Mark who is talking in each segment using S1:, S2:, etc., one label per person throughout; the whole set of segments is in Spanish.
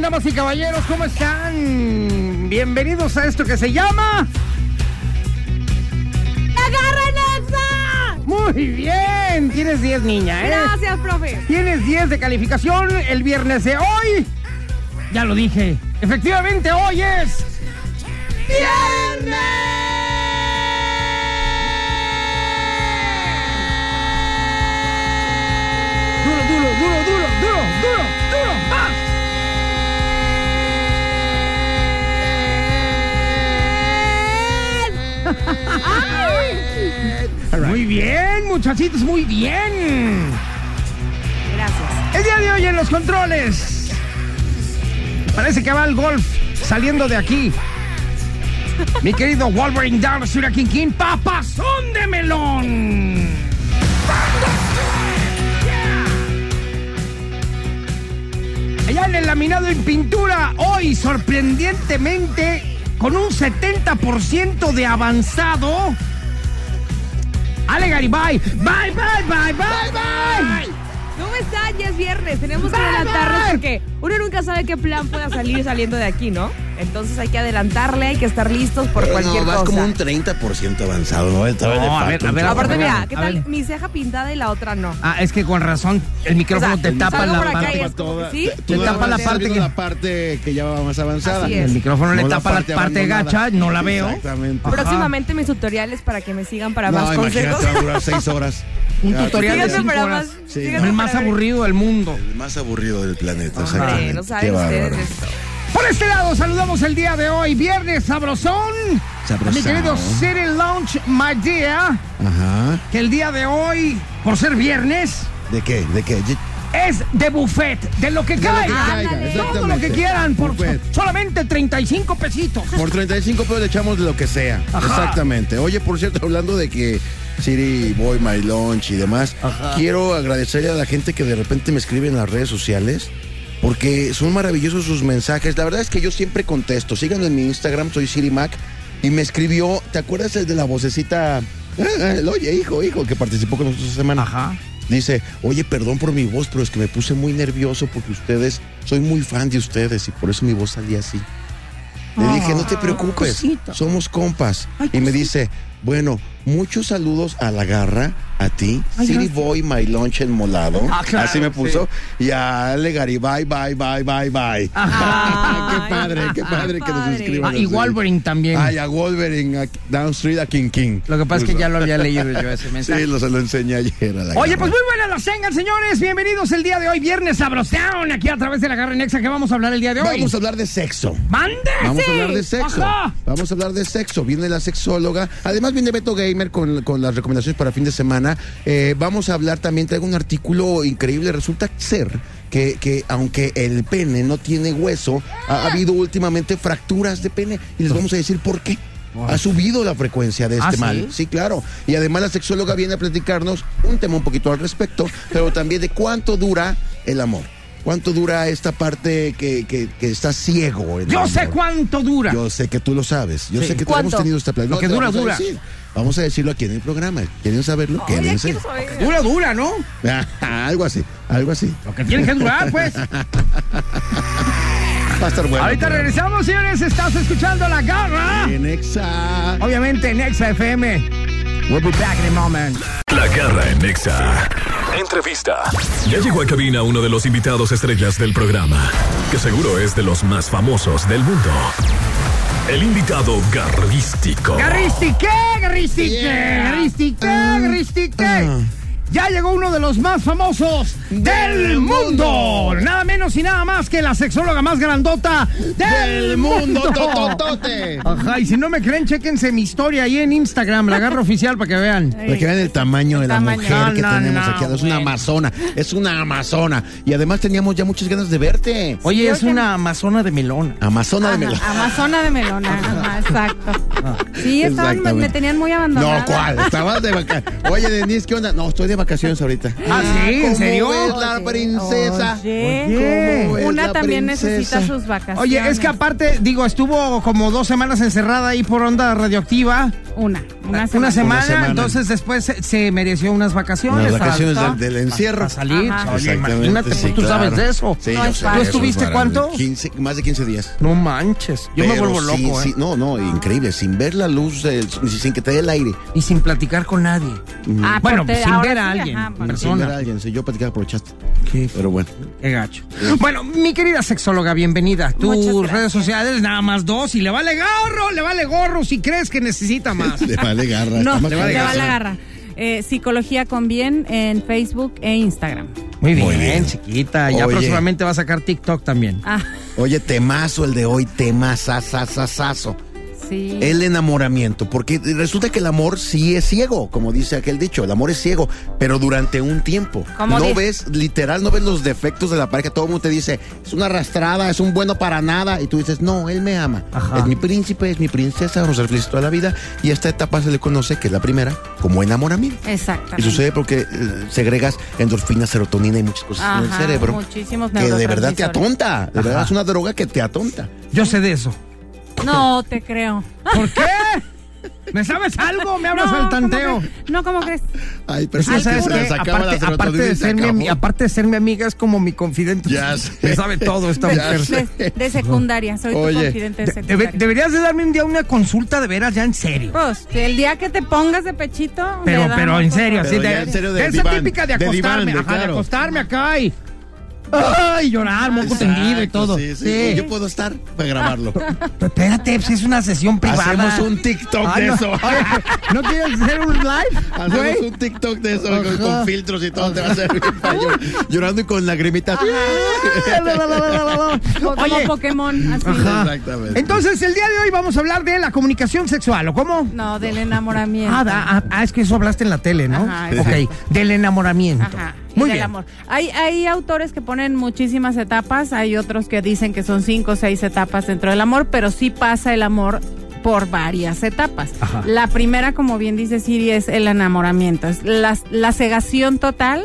S1: damas y caballeros, ¿cómo están? Bienvenidos a esto que se llama.
S2: ¡Agarra Nexa!
S1: Muy bien, tienes 10, niña,
S2: ¿eh? Gracias, profe.
S1: Tienes 10 de calificación el viernes de hoy. Ya lo dije. Efectivamente, hoy es.
S2: ¡Viernes!
S1: Right. Muy bien, muchachitos, muy bien.
S2: Gracias.
S1: El día de hoy en los controles. Parece que va el golf saliendo de aquí. Mi querido Wolverine Down, Sura King King, papazón de melón. Yeah. Allá en el laminado en pintura, hoy sorprendentemente con un 70% de avanzado. Ale Garibay, bye, bye, bye, bye, bye.
S2: ¿Cómo están? Ya es viernes, tenemos bye, que adelantarnos bye. porque uno nunca sabe qué plan pueda salir saliendo de aquí, ¿no? Entonces hay que adelantarle, hay que estar listos por Pero cualquier
S3: Eh, no,
S2: vas
S3: cosa. como un 30% avanzado, ¿no? Estaba no,
S2: a ver, a ver, Aparte, mira, ¿qué tal mi ceja pintada y la otra no?
S1: Ah, es que con razón el micrófono o sea, te tapa la parte.
S3: Es, toda, ¿sí? Te, te tapa la parte que... la parte que ya va más avanzada.
S1: El micrófono no le tapa la parte, parte gacha, no la veo. Exactamente.
S2: Próximamente mis tutoriales para que me sigan para más consejos.
S3: va a durar 6 horas.
S1: Un ya, tutorial de 5 horas. el más aburrido del mundo.
S3: El más aburrido del planeta, exactamente.
S2: No saben ustedes esto.
S1: Por este lado, saludamos el día de hoy, viernes sabrosón. sabrosón. Mi querido City Lounge My Dear. Ajá. Que el día de hoy, por ser viernes.
S3: ¿De qué? ¿De qué?
S1: Es de buffet, de lo que de caiga. Lo que caiga todo lo que quieran, por buffet. solamente 35 pesitos.
S3: Por 35 pesos le echamos de lo que sea. Ajá. Exactamente. Oye, por cierto, hablando de que Siri Boy, My Lunch y demás, Ajá. quiero agradecerle a la gente que de repente me escribe en las redes sociales porque son maravillosos sus mensajes. La verdad es que yo siempre contesto. Síganme en mi Instagram, soy SiriMac. Y me escribió, ¿te acuerdas el de la vocecita? El oye, hijo, hijo, que participó con nosotros esta semana.
S1: Ajá.
S3: Dice, oye, perdón por mi voz, pero es que me puse muy nervioso porque ustedes, soy muy fan de ustedes y por eso mi voz salía así. Le ah, dije, no te preocupes, cosita. somos compas. Ay, y me dice, bueno, muchos saludos a la garra, a ti, Ay, City gracias. Boy, My Lunch Enmolado. Ah, claro, así me puso. Sí. Y a Ale Garibay, bye, bye, bye, bye.
S1: Ajá.
S3: qué padre, qué padre que nos escriban.
S1: Ah, y Wolverine también.
S3: Ay, a Wolverine, a Downstreet, a King King.
S1: Lo que pasa puso. es que ya lo había leído yo ese mensaje.
S3: Sí, lo, se lo enseñé ayer a
S1: Oye,
S3: la
S1: garra. pues muy buenas las tengan, señores. Bienvenidos el día de hoy, viernes sabroseón, aquí a través de la Garra Nexa, que vamos a hablar el día de hoy.
S3: Vamos a hablar de sexo.
S1: ¡Mande!
S3: Vamos a hablar de sexo. Ajá. Vamos a hablar de sexo. Viene la sexóloga. Además viene Beto Gamer con, con las recomendaciones para fin de semana. Eh, vamos a hablar también, traigo un artículo increíble. Resulta ser que, que, aunque el pene no tiene hueso, ha, ha habido últimamente fracturas de pene y les vamos a decir por qué. Wow. Ha subido la frecuencia de este ¿Ah, ¿sí? mal. ¿sí? claro. Y además la sexóloga viene a platicarnos un tema un poquito al respecto, pero también de cuánto dura el amor. ¿Cuánto dura esta parte que, que, que estás ciego? en el
S1: Yo sé
S3: amor?
S1: cuánto dura.
S3: Yo sé que tú lo sabes. Yo
S1: Sí.
S3: sé que tú
S2: ¿Cuánto?
S3: hemos tenido esta plática.
S1: Lo que
S3: No,
S1: dura,
S3: vamos a
S1: dura.
S3: decir. Vamos a decirlo aquí en el programa. ¿Quieren saberlo?
S2: Oye,
S3: Quédense.
S2: quiero saber.
S1: Dura, dura, ¿no?
S3: algo así, algo así.
S1: Lo que tiene que durar, pues.
S3: Va a estar bueno.
S1: Ahorita
S3: el programa.
S1: regresamos, señores. Estás escuchando La Garra.
S3: En Exa.
S1: Obviamente en Exa FM. We'll be back in a moment.
S4: La garra en Nexa. Entrevista. Ya llegó a cabina uno de los invitados estrellas del programa, que seguro es de los más famosos del mundo. El invitado garrístico.
S1: Garristique, garristique,
S3: Yeah.
S1: garristique,
S3: Ah,
S1: garristique.
S3: ah.
S1: Ya llegó uno de los más famosos del
S3: Del
S1: mundo.
S3: mundo.
S1: Nada menos y nada más que la sexóloga más grandota del,
S3: Del mundo, tototote.
S1: Ajá, y si no me creen, chéquense mi historia ahí en Instagram, la garra oficial para que vean.
S3: Para que vean el tamaño de la
S2: Tamaño.
S3: mujer que
S1: No, no,
S3: tenemos
S1: no,
S3: aquí. Es una amazona, es una amazona. Y además teníamos ya muchas ganas de verte.
S1: Oye, es
S2: creo que-
S1: una amazona de melón.
S3: Amazona
S1: Ah,
S3: de melón. Ah,
S2: Ajá, Amazona de melona, ajá, exacto. Sí, estaban, me,
S3: Exactamente.
S2: me tenían muy abandonada.
S3: No, ¿cuál? Estabas de vacaciones. Oye, Denise, ¿qué onda? No, estoy de vacaciones ahorita.
S1: Ah, sí, ¿en
S3: ¿Cómo
S1: serio?
S3: ves la princesa?
S2: Eh, Oye,
S3: ¿Cómo ves
S2: una
S3: la
S2: también
S3: princesa?
S2: necesita sus vacaciones.
S1: Oye, es que aparte, digo, estuvo como dos semanas encerrada ahí por onda radioactiva.
S2: Una,
S1: Una
S2: una semana.
S1: semana,
S3: Una semana.
S1: entonces después se, se mereció unas vacaciones.
S3: Las vacaciones
S1: ¿no?
S3: del, del encierro.
S1: Para salir.
S2: Ajá.
S1: Oye,
S3: Exactamente,
S1: imagínate, pues,
S3: sí,
S1: tú
S3: claro.
S1: sabes de eso.
S3: Sí,
S2: No
S3: yo
S2: es fácil.
S3: sé de
S1: ¿Tú
S3: eso,
S1: estuviste
S3: para-
S1: cuánto?
S3: 15, más de 15 días.
S1: No manches. Yo me
S3: Pero
S1: vuelvo
S3: sí,
S1: loco,
S3: sí,
S1: ¿eh?
S3: No, no, increíble. Sin ver la luz, del- sin que te dé el aire.
S1: Y sin platicar con nadie.
S2: Ah,
S1: Bueno,
S2: aparte,
S1: sin
S2: ahora
S1: ver a
S2: sí,
S1: alguien,
S2: ajá, pues.
S1: en
S3: Mm. Sin
S1: Pues, Zona.
S3: ver a alguien. Sí, yo platicaba por chat.
S1: Qué,
S3: Pero bueno.
S1: qué gacho. Bueno, mi querida sexóloga, bienvenida.
S2: Muchas
S1: Tus
S2: gracias.
S1: redes sociales, nada más dos. Y le vale gorro, le vale gorro si crees que necesita más.
S3: Le vale garra.
S2: No,
S3: está más
S2: te
S3: que
S2: va
S3: garra.
S2: la garra. Eh, psicología con bien en Facebook e Instagram.
S1: Muy bien,
S3: Muy bien.
S1: chiquita. Ya
S3: Oye.
S1: próximamente va a sacar TikTok también.
S2: Ah,
S3: Oye, temazo el de hoy, temazazazazazo.
S2: sí.
S3: El enamoramiento, porque resulta que el amor sí es ciego, como dice aquel dicho, el amor es ciego, pero durante un tiempo.
S2: ¿Cómo
S3: No
S2: dice?
S3: ves, literal, no ves los defectos de la pareja, todo el mundo te dice, es una arrastrada, es un bueno para nada, y tú dices, no, él me ama,
S1: Ajá.
S3: es mi príncipe, es mi princesa, vamos a ser felices toda la vida, y esta etapa se le conoce, que es la primera, como enamoramiento.
S2: Exactamente.
S3: Y sucede porque eh, segregas endorfina, serotonina y muchas cosas en el
S2: Ajá,
S3: cerebro.
S2: muchísimos
S3: que de verdad te
S2: neurotransmisores.
S3: atonta. De verdad es una droga que te atonta.
S1: Yo sé de eso.
S2: No, te creo.
S1: ¿Por qué? ¿Me sabes algo? ¿Me hablas al tanteo?
S2: ¿cómo crees? No, ¿cómo crees?
S3: Ay,
S1: Es que, ¿sabes qué? Aparte, aparte de ser mi, ami- aparte de ser mi amiga, es como mi confidente.
S3: Ya sé.
S1: Me sabe todo esta
S2: De,
S1: mujer.
S2: de- de secundaria, soy tu
S3: Oye,
S2: confidente de
S1: De- debe-
S2: secundaria.
S1: deberías de darme un día una consulta de veras, ya en serio.
S2: Pues, el día que te pongas de pechito.
S1: Pero,
S2: le damos
S1: pero en
S2: otro.
S1: serio, así
S3: Pero
S1: de,
S3: ya en serio de
S1: de esa
S3: diván,
S1: típica de
S3: de
S1: acostarme,
S3: diván, de
S1: ajá, de
S3: claro.
S1: acostarme acá y ay, llorar, moco tendido y todo.
S3: Sí, sí,
S1: Sí.
S3: Yo puedo estar para grabarlo.
S1: Pero espérate, pues, es una sesión privada.
S3: Hacemos un TikTok
S1: Ay,
S3: de
S1: no,
S3: eso.
S1: ay, ¿No quieres hacer un live?
S3: Hacemos
S1: Güey.
S3: un TikTok de eso con,
S1: Ajá.
S3: con filtros y todo. Te va a servir para llorar. llorando y con lagrimitas.
S2: Como
S1: Oye.
S2: Pokémon, así.
S1: Ajá.
S3: Exactamente.
S1: Entonces, el día de hoy vamos a hablar de la comunicación sexual, ¿o cómo?
S2: No, del enamoramiento.
S1: Ah, da- ah, ah, es que eso hablaste en la tele, ¿no?
S2: Ajá,
S1: ok, del enamoramiento.
S2: Ajá. y
S1: Muy
S2: del
S1: bien.
S2: amor. Hay, hay autores que ponen muchísimas etapas, hay otros que dicen que son cinco o seis etapas dentro del amor, pero sí pasa el amor por varias etapas.
S1: Ajá.
S2: La primera, como bien dice Siri, es el enamoramiento, es la, la cegación total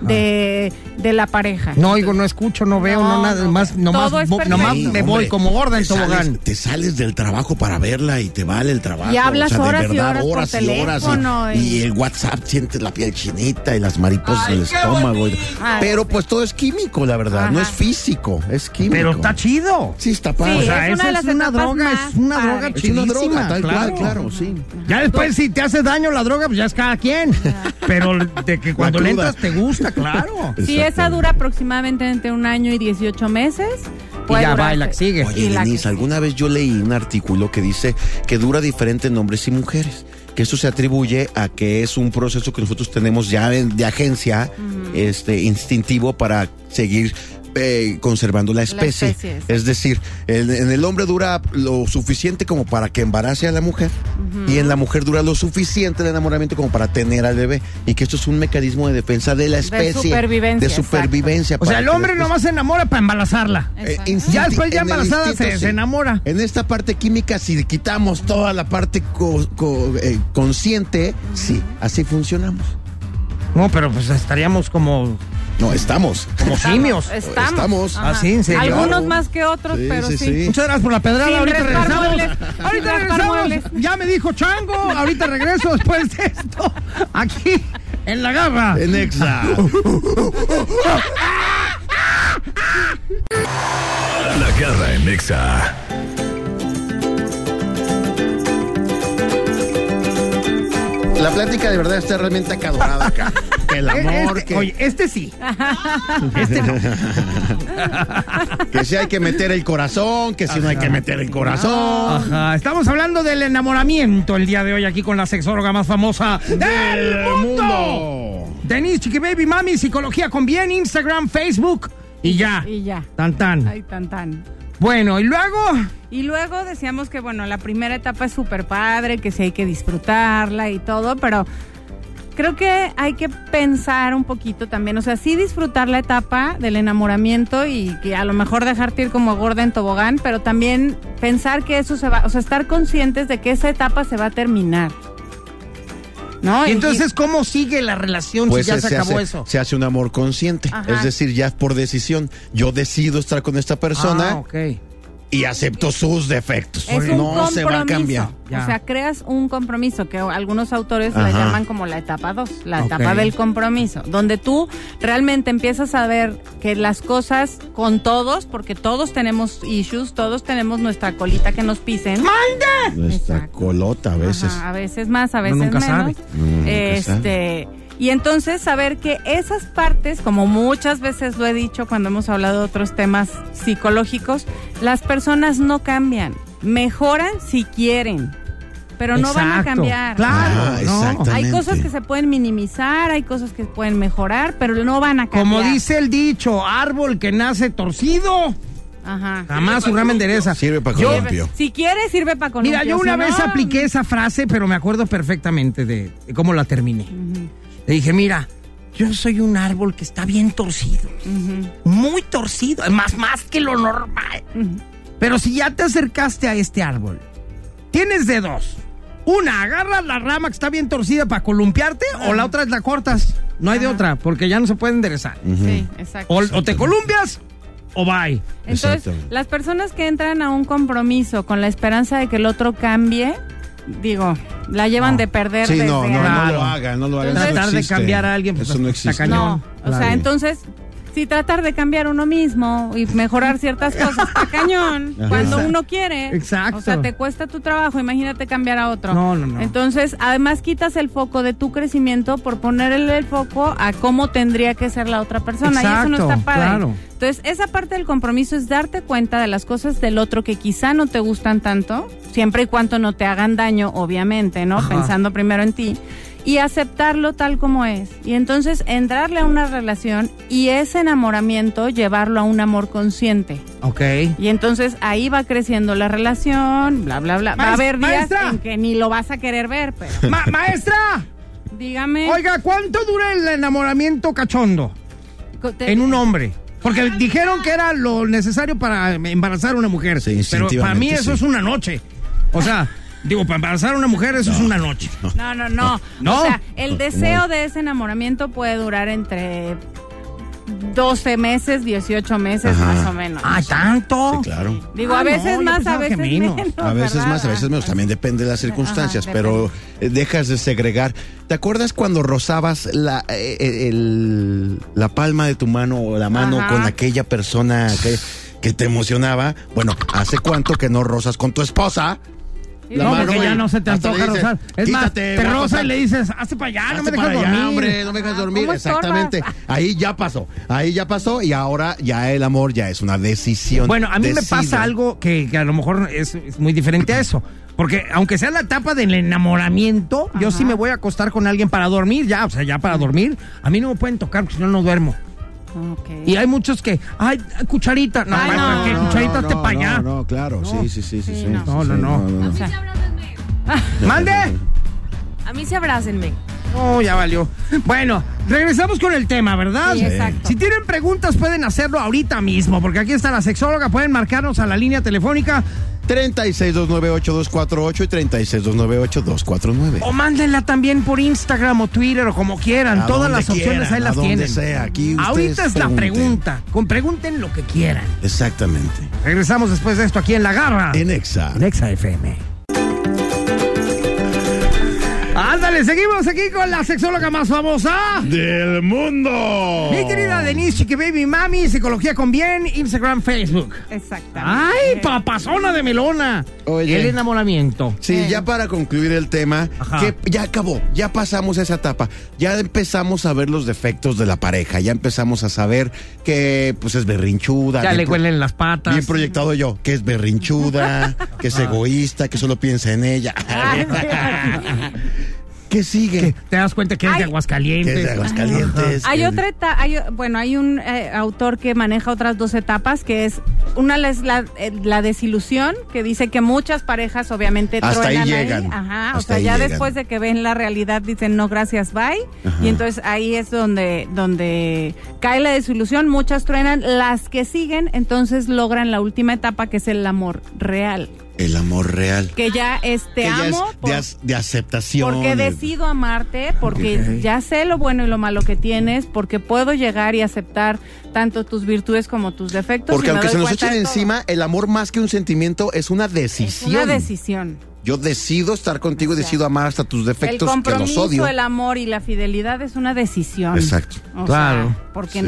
S2: de, de la pareja.
S1: Ah. No oigo, no escucho, no veo, no,
S2: No,
S1: nada
S2: no,
S1: más,
S2: todo
S1: nomás,
S2: es
S1: bo-
S2: perfecto.
S1: nomás
S3: Sí,
S1: me
S3: hombre, este
S1: voy como gorda en
S3: te sales-
S1: tobogán.
S3: te sales del trabajo para verla y te vale el trabajo.
S2: Y hablas
S3: de
S2: horas y horas por
S3: y horas. y-
S2: teléfono,
S3: y,
S2: y-
S3: el WhatsApp sientes la piel chinita y las mariposas
S1: Ay,
S3: en el
S1: qué
S3: estómago.
S1: bonito.
S2: Ay,
S3: Pero pues todo es químico, la verdad. No es
S2: Ajá.
S3: físico, es químico.
S1: Pero está chido.
S3: Sí, está padre.
S2: Sí,
S3: O sea,
S2: es una
S1: esa
S2: de las etapas
S1: droga,
S2: más
S1: es una droga
S2: padres.
S3: es una droga,
S1: chidísima,
S3: tal
S1: claro.
S3: cual, claro, sí.
S1: Ya después, si te hace daño la droga, pues ya es cada quien. Pero de que cuando le
S3: cruda.
S1: entras te gusta, claro.
S2: Si esa dura aproximadamente entre un año y 18 meses,
S1: Y
S2: puede Eh,
S1: ya va
S2: durarte.
S1: y la que sigue.
S3: Oye,
S2: Y la que
S3: Denise,
S2: sigue.
S3: alguna vez yo leí un artículo que dice que dura diferente en hombres y mujeres. Que esto se atribuye a que es un proceso que nosotros tenemos ya en- de agencia, este, instintivo para seguir eh, conservando la especie.
S2: especie, sí.
S3: es decir, en, en el hombre dura lo suficiente como para que embarace a la mujer y en la mujer dura lo suficiente el enamoramiento como para tener al bebé. Y que esto es un mecanismo de defensa de la especie.
S2: supervivencia,
S3: De supervivencia.
S1: O sea,
S3: para
S1: el
S3: que
S1: hombre
S3: después-
S1: nomás se enamora para embarazarla.
S3: eh,
S2: Exacto.
S3: instinti-
S1: Ya después ya
S3: en el
S1: embarazada
S3: instinto,
S1: se-
S3: sí.
S1: se enamora.
S3: En esta parte química, si quitamos toda la parte co- co- eh, consciente, sí, así funcionamos.
S1: No, pero pues estaríamos como
S3: No, estamos.
S1: Como simios.
S2: Estamos.
S3: Estamos.
S2: Ajá.
S1: Ah, sí, sí,
S2: Algunos
S3: claro.
S2: más que otros,
S3: Sí,
S2: pero
S3: sí,
S2: sí.
S3: sí.
S1: Muchas gracias por la pedrada.
S2: Sin
S1: ahorita
S2: raspar
S1: regresamos.
S2: muebles. Sin
S1: Ahorita
S2: raspar
S1: regresamos.
S2: muebles.
S1: Ya me dijo Chango. Ahorita regreso después de esto. Aquí, en la garra.
S3: En Exa.
S4: La garra en Nexa.
S3: La plática de verdad está realmente acalorada acá. Que el
S1: Eh,
S3: amor,
S1: este-
S3: que,
S1: Oye, este sí. Este no.
S3: que si hay que meter el corazón, que si no hay que meter el corazón.
S1: Ajá, estamos hablando del enamoramiento el día de hoy aquí con la sexóloga más famosa del mundo. Denise Chiqui Baby Mami, psicología con bien, Instagram, Facebook y ya.
S2: Y ya.
S1: Tan tan.
S2: Ay, tan tan.
S1: Bueno, y luego
S2: Y luego decíamos que, bueno, la primera etapa es súper padre, que sí hay que disfrutarla y todo, pero creo que hay que pensar un poquito también, o sea, sí disfrutar la etapa del enamoramiento y que a lo mejor dejarte ir como gorda en tobogán, pero también pensar que eso se va, o sea, estar conscientes de que esa etapa se va a terminar. ¿No?
S1: ¿Y
S2: Y-
S1: entonces cómo sigue la relación
S3: Pues
S1: si ya
S3: eh,
S1: se,
S3: se,
S1: acabó
S3: hace,
S1: eso?
S3: se hace un amor consciente.
S2: Ajá.
S3: Es decir, ya por decisión. Yo decido estar con esta persona
S1: Ah, ok.
S3: y acepto sus defectos.
S2: Es un
S3: no se va a
S2: compromiso.
S3: cambiar.
S1: Ya.
S2: O sea, creas un compromiso que algunos autores la
S3: Ajá.
S2: llaman como la etapa 2, la
S1: Ok.
S2: etapa del compromiso, donde tú realmente empiezas a ver que las cosas con todos, porque todos tenemos issues, todos tenemos nuestra colita que nos pisen.
S3: Nuestra
S2: Exacto.
S3: colota a veces.
S2: Ajá, a veces más, a veces
S1: nunca
S2: menos.
S1: sabe.
S3: Uno nunca
S2: este, y entonces saber que esas partes, como muchas veces lo he dicho cuando hemos hablado de otros temas psicológicos, las personas no cambian, mejoran si quieren, pero no van a
S1: Exacto.
S2: cambiar.
S1: Claro.
S3: Ah,
S1: ¿no?
S3: exactamente.
S2: Hay cosas que se pueden minimizar, hay cosas que pueden mejorar, pero no van a
S1: Como
S2: cambiar.
S1: dice el dicho, árbol que nace torcido,
S2: Ajá.
S1: jamás su rama endereza.
S3: Sirve para
S1: Yo-
S3: columpio.
S2: Si quieres, sirve para con
S1: Mira,
S2: un
S1: yo
S2: tío,
S1: una
S2: si
S1: vez
S2: no-
S1: apliqué esa frase, pero me acuerdo perfectamente de, de cómo la terminé. Le dije, mira, yo soy un árbol que está bien torcido, muy torcido, más, más que lo normal. Pero si ya te acercaste a este árbol, tienes de dos. Una, agarras la rama que está bien torcida para columpiarte, o la otra es la cortas. No hay de otra, porque ya no se puede enderezar.
S2: Sí, exacto.
S1: O, o te columpias, o bye.
S2: Entonces,
S3: Exactamente.
S2: las personas que entran a un compromiso con la esperanza de que el otro cambie, digo, la llevan de perder.
S3: Sí, no, no,
S2: desde
S3: no
S2: antes.
S3: lo hagan, no lo
S2: Entonces-
S3: hagan. eso no
S1: Tratar de
S3: existe.
S1: cambiar a alguien, pues,
S3: eso no
S1: está
S3: existe.
S1: cañón.
S2: No, o sea,
S1: Claro.
S2: entonces, si tratar de cambiar uno mismo y mejorar ciertas cosas está cañón,
S3: Ajá.
S2: cuando
S3: Exacto.
S2: uno quiere.
S1: Exacto.
S2: O sea, te cuesta tu trabajo, imagínate cambiar a otro.
S1: No, no, no.
S2: Entonces, además quitas el foco de tu crecimiento por ponerle el foco a cómo tendría que ser la otra persona. y eso
S1: Exacto,
S2: no está padre.
S1: claro.
S2: Entonces, esa parte del compromiso es darte cuenta de las cosas del otro que quizá no te gustan tanto, siempre y cuando no te hagan daño, obviamente, ¿no?
S1: Ajá.
S2: Pensando primero en ti. Y aceptarlo tal como es. Y entonces entrarle a una relación y ese enamoramiento llevarlo a un amor consciente.
S1: Ok.
S2: Y entonces ahí va creciendo la relación, bla, bla, bla. va a
S1: Maes-
S2: haber días
S1: maestra.
S2: en que ni lo vas a querer ver, pero
S1: Ma- maestra,
S2: dígame.
S1: oiga, ¿cuánto dura el enamoramiento cachondo
S2: co- te-
S1: en un hombre? Porque dijeron que era lo necesario para embarazar a una mujer.
S3: Sí,
S1: pero para mí
S3: instintivamente,
S1: eso
S3: sí.
S1: es una noche. O sea, digo, para embarazar a una mujer eso es una noche.
S2: No, no, no.
S1: No.
S2: O sea, el
S3: Pues,
S2: deseo de ese enamoramiento puede durar entre 12 meses, 18 meses
S3: Ajá.
S2: más o menos.
S1: Ah, ¿tanto?
S3: Sí, claro.
S2: Digo,
S1: Ah,
S2: a veces
S1: no, yo
S2: más, a
S1: pensaba que
S2: veces
S1: menos.
S2: menos.
S3: A veces
S2: ¿verdad?
S3: más, a veces menos. También depende de las circunstancias, pero eh, dejas de segregar. ¿Te acuerdas cuando rozabas la, eh, eh, el- la palma de tu mano o la mano
S2: Ajá.
S3: con aquella persona que, que te emocionaba? Bueno, ¿hace cuánto que no rozas con tu esposa? La
S1: no,
S3: mano,
S1: porque ya
S3: y
S1: no se te
S3: hasta le
S1: antoja
S3: dices,
S1: rozar. Es más,
S3: "Quítate,
S1: te
S3: voy a
S1: rosa
S3: rozar".
S1: y le dices, hazte para allá, Ah, no me
S3: Hazte
S1: dejas
S3: para allá,
S1: dormir.
S3: hombre, no me dejas
S2: Ah,
S3: dormir.
S2: ¿cómo estorbas?
S3: Exactamente. Ahí ya pasó. Ahí ya pasó y ahora ya el amor ya es una decisión.
S1: Bueno, a mí me
S3: Decida.
S1: pasa algo que, que a lo mejor es, es muy diferente a eso. Porque aunque sea la etapa del enamoramiento, yo sí me voy a acostar con alguien para dormir, ya, o sea, ya para dormir. A mí no me pueden tocar porque si no, no duermo.
S2: Ok.
S1: Y hay muchos que, ay, cucharita. No,
S2: Ay,
S1: bueno,
S2: no,
S1: ¿para qué
S2: no,
S1: cucharita te pa' allá?
S3: No, no, claro. Sí, sí, sí, sí. sí,
S2: no.
S3: sí,
S1: No,
S3: sí,
S1: no, no.
S2: O sea,
S1: ¡Mande!
S2: a mí se abrácenme.
S1: No, ya valió. Bueno, regresamos con el tema,
S3: Ah,
S1: ¿verdad?
S2: Sí, exacto.
S1: Si tienen preguntas, pueden hacerlo ahorita mismo, porque aquí está la sexóloga. Pueden marcarnos a la línea telefónica
S3: 36298248 y 36298249.
S1: O mándenla también por Instagram o Twitter o como quieran.
S3: A
S1: Todas
S3: donde
S1: las opciones
S3: quieran,
S1: ahí
S3: a
S1: las
S3: donde
S1: tienen.
S3: sea, aquí
S1: Ahorita
S3: ustedes
S1: es la
S3: pregunten.
S1: pregunta. Con pregunten lo que quieran.
S3: Exactamente.
S1: Regresamos después de esto aquí en La Garra.
S3: En Exa.
S1: Nexa FM. Ándale, seguimos aquí con la sexóloga más famosa.
S3: ¡Del mundo!
S1: Mi querida Denise Chiqui Baby Mami, Psicología con Bien, Instagram, Facebook.
S2: Exactamente.
S1: ¡Ay, papazona de melona!
S3: Oye.
S1: El enamoramiento.
S3: Sí, ya para concluir el tema,
S1: Ajá.
S3: que ya acabó, ya pasamos esa etapa, ya empezamos a ver los defectos de la pareja, ya empezamos a saber que pues es berrinchuda.
S1: Ya
S3: bien
S1: le
S3: pro-
S1: huelen las patas.
S3: Bien proyectado yo, que es berrinchuda, que
S1: Ah.
S3: es egoísta, que solo piensa en ella. ¿Qué sigue?
S1: Te das cuenta que es de
S2: Ay.
S3: Que es de
S1: Aguascalientes.
S3: Aguascalientes.
S2: Hay
S3: que-
S2: otra etapa, hay, bueno, hay un eh, autor que maneja otras dos etapas, que es una es la, eh, la desilusión, que dice que muchas parejas obviamente
S3: Hasta ahí
S2: truenan
S3: llegan.
S2: Ajá, o
S3: Hasta
S2: sea,
S3: ahí
S2: ya
S3: llegan.
S2: después de que ven la realidad dicen no, gracias, bye. Y entonces ahí es donde, donde cae la desilusión, muchas truenan, las que siguen entonces logran la última etapa que es el amor real,
S3: El amor real.
S2: que ya es te
S3: Que ya es
S2: amo. por-
S3: de, as- de aceptación.
S2: porque decido amarte, porque
S3: Ok.
S2: ya sé lo bueno y lo malo que tienes, porque puedo llegar y aceptar tanto tus virtudes como tus defectos.
S3: Porque
S2: y me
S3: aunque
S2: doy
S3: se nos
S2: cuenta
S3: echen
S2: de todo.
S3: encima, el amor más que un sentimiento es una
S2: es
S3: decisión.
S2: una decisión.
S3: Yo decido estar contigo y decido amar hasta tus defectos
S2: el
S3: que los
S2: compromiso,
S3: odio.
S2: el amor y la fidelidad es una decisión.
S3: Exacto.
S2: O
S1: Claro.
S2: sea, porque
S3: Sí.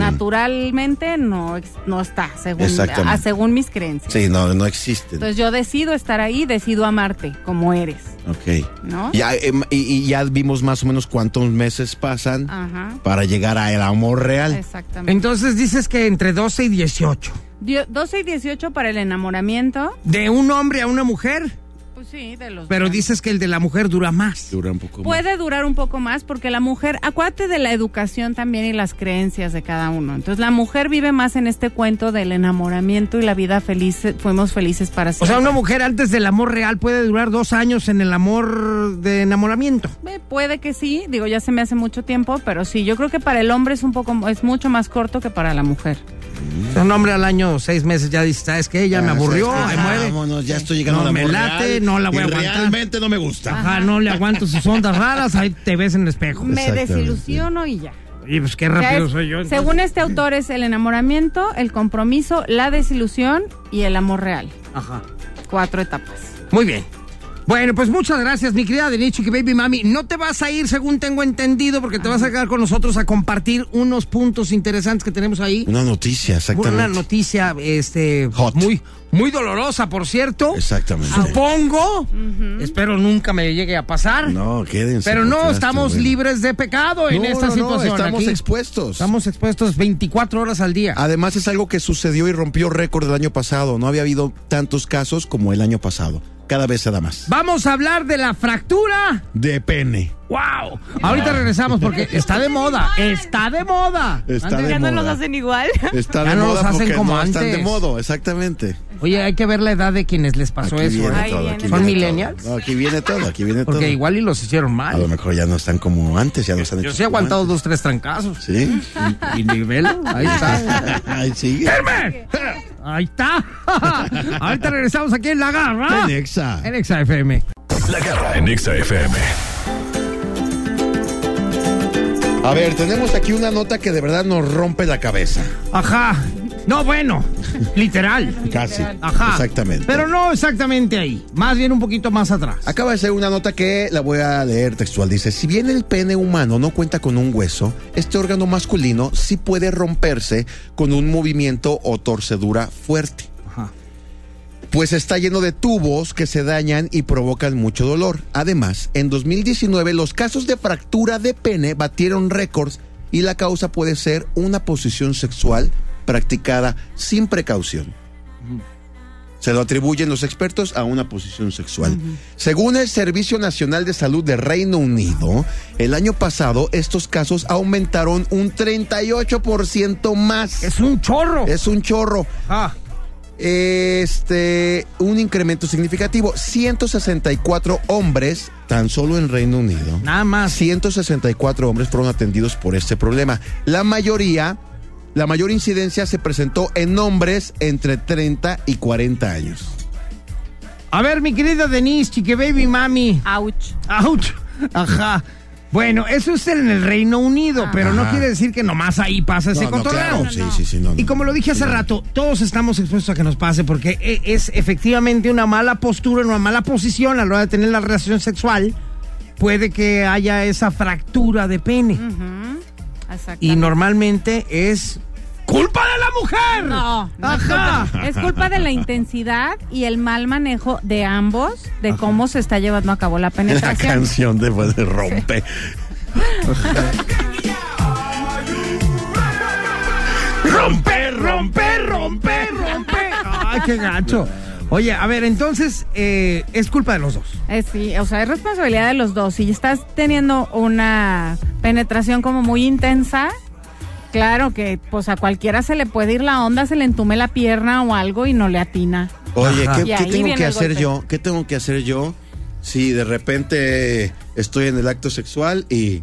S2: naturalmente no, ex- no está, según,
S3: Exactamente.
S2: ah, según mis creencias.
S3: Sí, no, no existe.
S2: Entonces yo decido estar ahí, decido amarte como eres,
S3: ok.
S2: ¿no?
S3: Ya, em, y, y ya vimos más o menos cuántos meses pasan
S2: Ajá,
S3: para llegar al amor real.
S2: exactamente.
S1: Entonces dices que entre 12 y 18.
S2: Dio- 12 y 18 para el enamoramiento.
S1: De un hombre a una mujer,
S2: Pues sí, de los
S1: pero
S2: dos.
S1: dices que el de la mujer dura más.
S3: Dura un poco más.
S2: Puede durar un poco más porque la mujer, acuérdate de la educación también y las creencias de cada uno. Entonces la mujer vive más en este cuento del enamoramiento y la vida feliz, fuimos felices para
S1: O
S2: siempre.
S1: sea, una mujer antes del amor real puede durar dos años en el amor de enamoramiento.
S2: Eh, Puede que sí, digo, ya se me hace mucho tiempo, pero sí, yo creo que para el hombre es un poco, es mucho más corto que para la mujer.
S1: O sea, un hombre al año, seis meses, ya dice, ¿sabes qué? Ya me aburrió,
S3: Ah,
S1: me muere.
S3: Vámonos, ya estoy llegando
S1: No
S3: al amor
S1: me late,
S3: real
S1: no la voy
S3: y
S1: a aguantar.
S3: Realmente no me gusta.
S1: Ajá, no le aguanto sus ondas raras, ahí te ves en el espejo.
S2: Me
S3: Exactamente.
S2: desilusiono y ya.
S1: Y pues qué
S2: O sea,
S1: rápido
S2: es-
S1: soy yo. entonces.
S2: según este autor es el enamoramiento, el compromiso, la desilusión y el amor real.
S1: Ajá.
S2: Cuatro etapas.
S1: Muy bien. Bueno, pues muchas gracias, mi querida Denichi, que Baby Mami. No te vas a ir, según tengo entendido, porque te vas a quedar con nosotros a compartir unos puntos interesantes que tenemos ahí.
S3: Una noticia,
S1: Una
S3: exactamente.
S1: noticia este,
S3: Hot.
S1: muy muy dolorosa, por cierto.
S3: Exactamente.
S1: Supongo, espero nunca me llegue a pasar,
S3: No, quédense.
S1: pero no
S3: porque
S1: estamos
S3: está bueno.
S1: libres de pecado en
S3: No,
S1: esta
S3: no, no,
S1: situación.
S3: estamos
S1: Aquí
S3: expuestos.
S1: Estamos expuestos 24 horas al día.
S3: Además es algo que sucedió y rompió récord el año pasado. No había habido tantos casos como el año pasado. Cada vez se da más.
S1: Vamos a hablar de la fractura.
S3: De pene.
S1: ¡Wow! Ahorita regresamos porque está de moda. Está de moda.
S3: Está
S1: Antes-
S3: de
S2: Ya no
S3: moda.
S2: los hacen igual.
S3: Está
S1: Ya
S3: de
S1: no
S3: moda
S1: los hacen
S3: porque
S1: como
S3: no están
S1: antes.
S3: de modo, exactamente.
S1: Oye, hay que ver la edad de quienes les pasó
S3: Aquí
S1: eso.
S3: viene
S1: ¿eh?
S2: Ahí
S3: todo,
S2: viene.
S3: aquí
S1: ¿Son
S3: viene
S1: millennials?
S3: todo. No, aquí viene todo, aquí viene todo.
S1: Porque igual y los hicieron
S3: A lo
S1: mal.
S3: mejor ya no están como antes, ya no están
S1: Yo
S3: hechos
S1: sí he
S3: como
S1: aguantado
S3: antes.
S1: dos, tres trancazos.
S3: Sí.
S1: Y nivel, ahí está.
S3: Ay, sí.
S1: Ahí está. Ahorita regresamos aquí en La Garra. En
S3: Nexa.
S1: Exa FM.
S4: La garra en Exa FM.
S3: A ver, tenemos aquí una nota que de verdad nos rompe la cabeza.
S1: Ajá. No, bueno. Literal.
S3: Casi.
S1: Ajá.
S3: Exactamente.
S1: Pero no exactamente ahí. Más bien un poquito más atrás.
S3: Acaba de ser una nota que la voy a leer textual. Dice, si bien el pene humano no cuenta con un hueso, este órgano masculino sí puede romperse con un movimiento o torcedura fuerte.
S1: Ajá.
S3: Pues está lleno de tubos que se dañan y provocan mucho dolor. Además, en 2019 los casos de fractura de pene batieron récords y la causa puede ser una posición sexual practicada sin precaución. Se lo atribuyen los expertos a una posición sexual. Según el Servicio Nacional de Salud de Reino Unido, el año pasado estos casos aumentaron un 38% más.
S1: Es un chorro.
S3: Es un chorro
S1: Ajá.
S3: este un incremento significativo. 164 hombres, tan solo en Reino Unido.
S1: Nada más.
S3: 164 hombres fueron atendidos por este problema. La mayoría, la mayor incidencia se presentó en hombres entre 30 y 40 años.
S1: A ver, mi querida Denise, chique baby mami.
S2: Ouch.
S1: Ouch. Ajá. Bueno, eso es en el Reino Unido, pero no quiere decir que nomás ahí pasa ese
S3: Ah. No, no,
S1: cotorreo.
S3: claro, sí, sí, sí, no,
S1: Y
S3: no.
S1: como lo dije hace rato, todos estamos expuestos a que nos pase porque e- es efectivamente una mala postura, una mala posición a la hora de tener la relación sexual. Puede que haya esa fractura de pene.
S3: Mm,
S2: Exacto.
S1: Y normalmente es culpa de la mujer.
S2: No, no es
S1: Ajá.
S2: culpa- es culpa de la intensidad y el mal manejo de ambos de cómo se está llevando a cabo la
S3: La
S2: penetración.
S3: canción de pues, de rompe.
S1: Rompe, rompe, rompe, rompe. Ay, qué gacho. Oye, a ver, entonces eh, es culpa de los dos.
S2: Eh, sí, o sea, es responsabilidad de los dos. Si estás teniendo una penetración como muy intensa, claro que pues a cualquiera se le puede ir la onda, se le entume la pierna o algo y no le atina.
S3: Oye,
S1: Ajá.
S3: ¿qué,
S2: Y
S3: qué
S2: ahí
S3: tengo
S2: viene
S3: que
S2: el
S3: hacer
S2: golpe.
S3: yo? ¿Qué tengo que hacer yo si de repente estoy en el acto sexual y.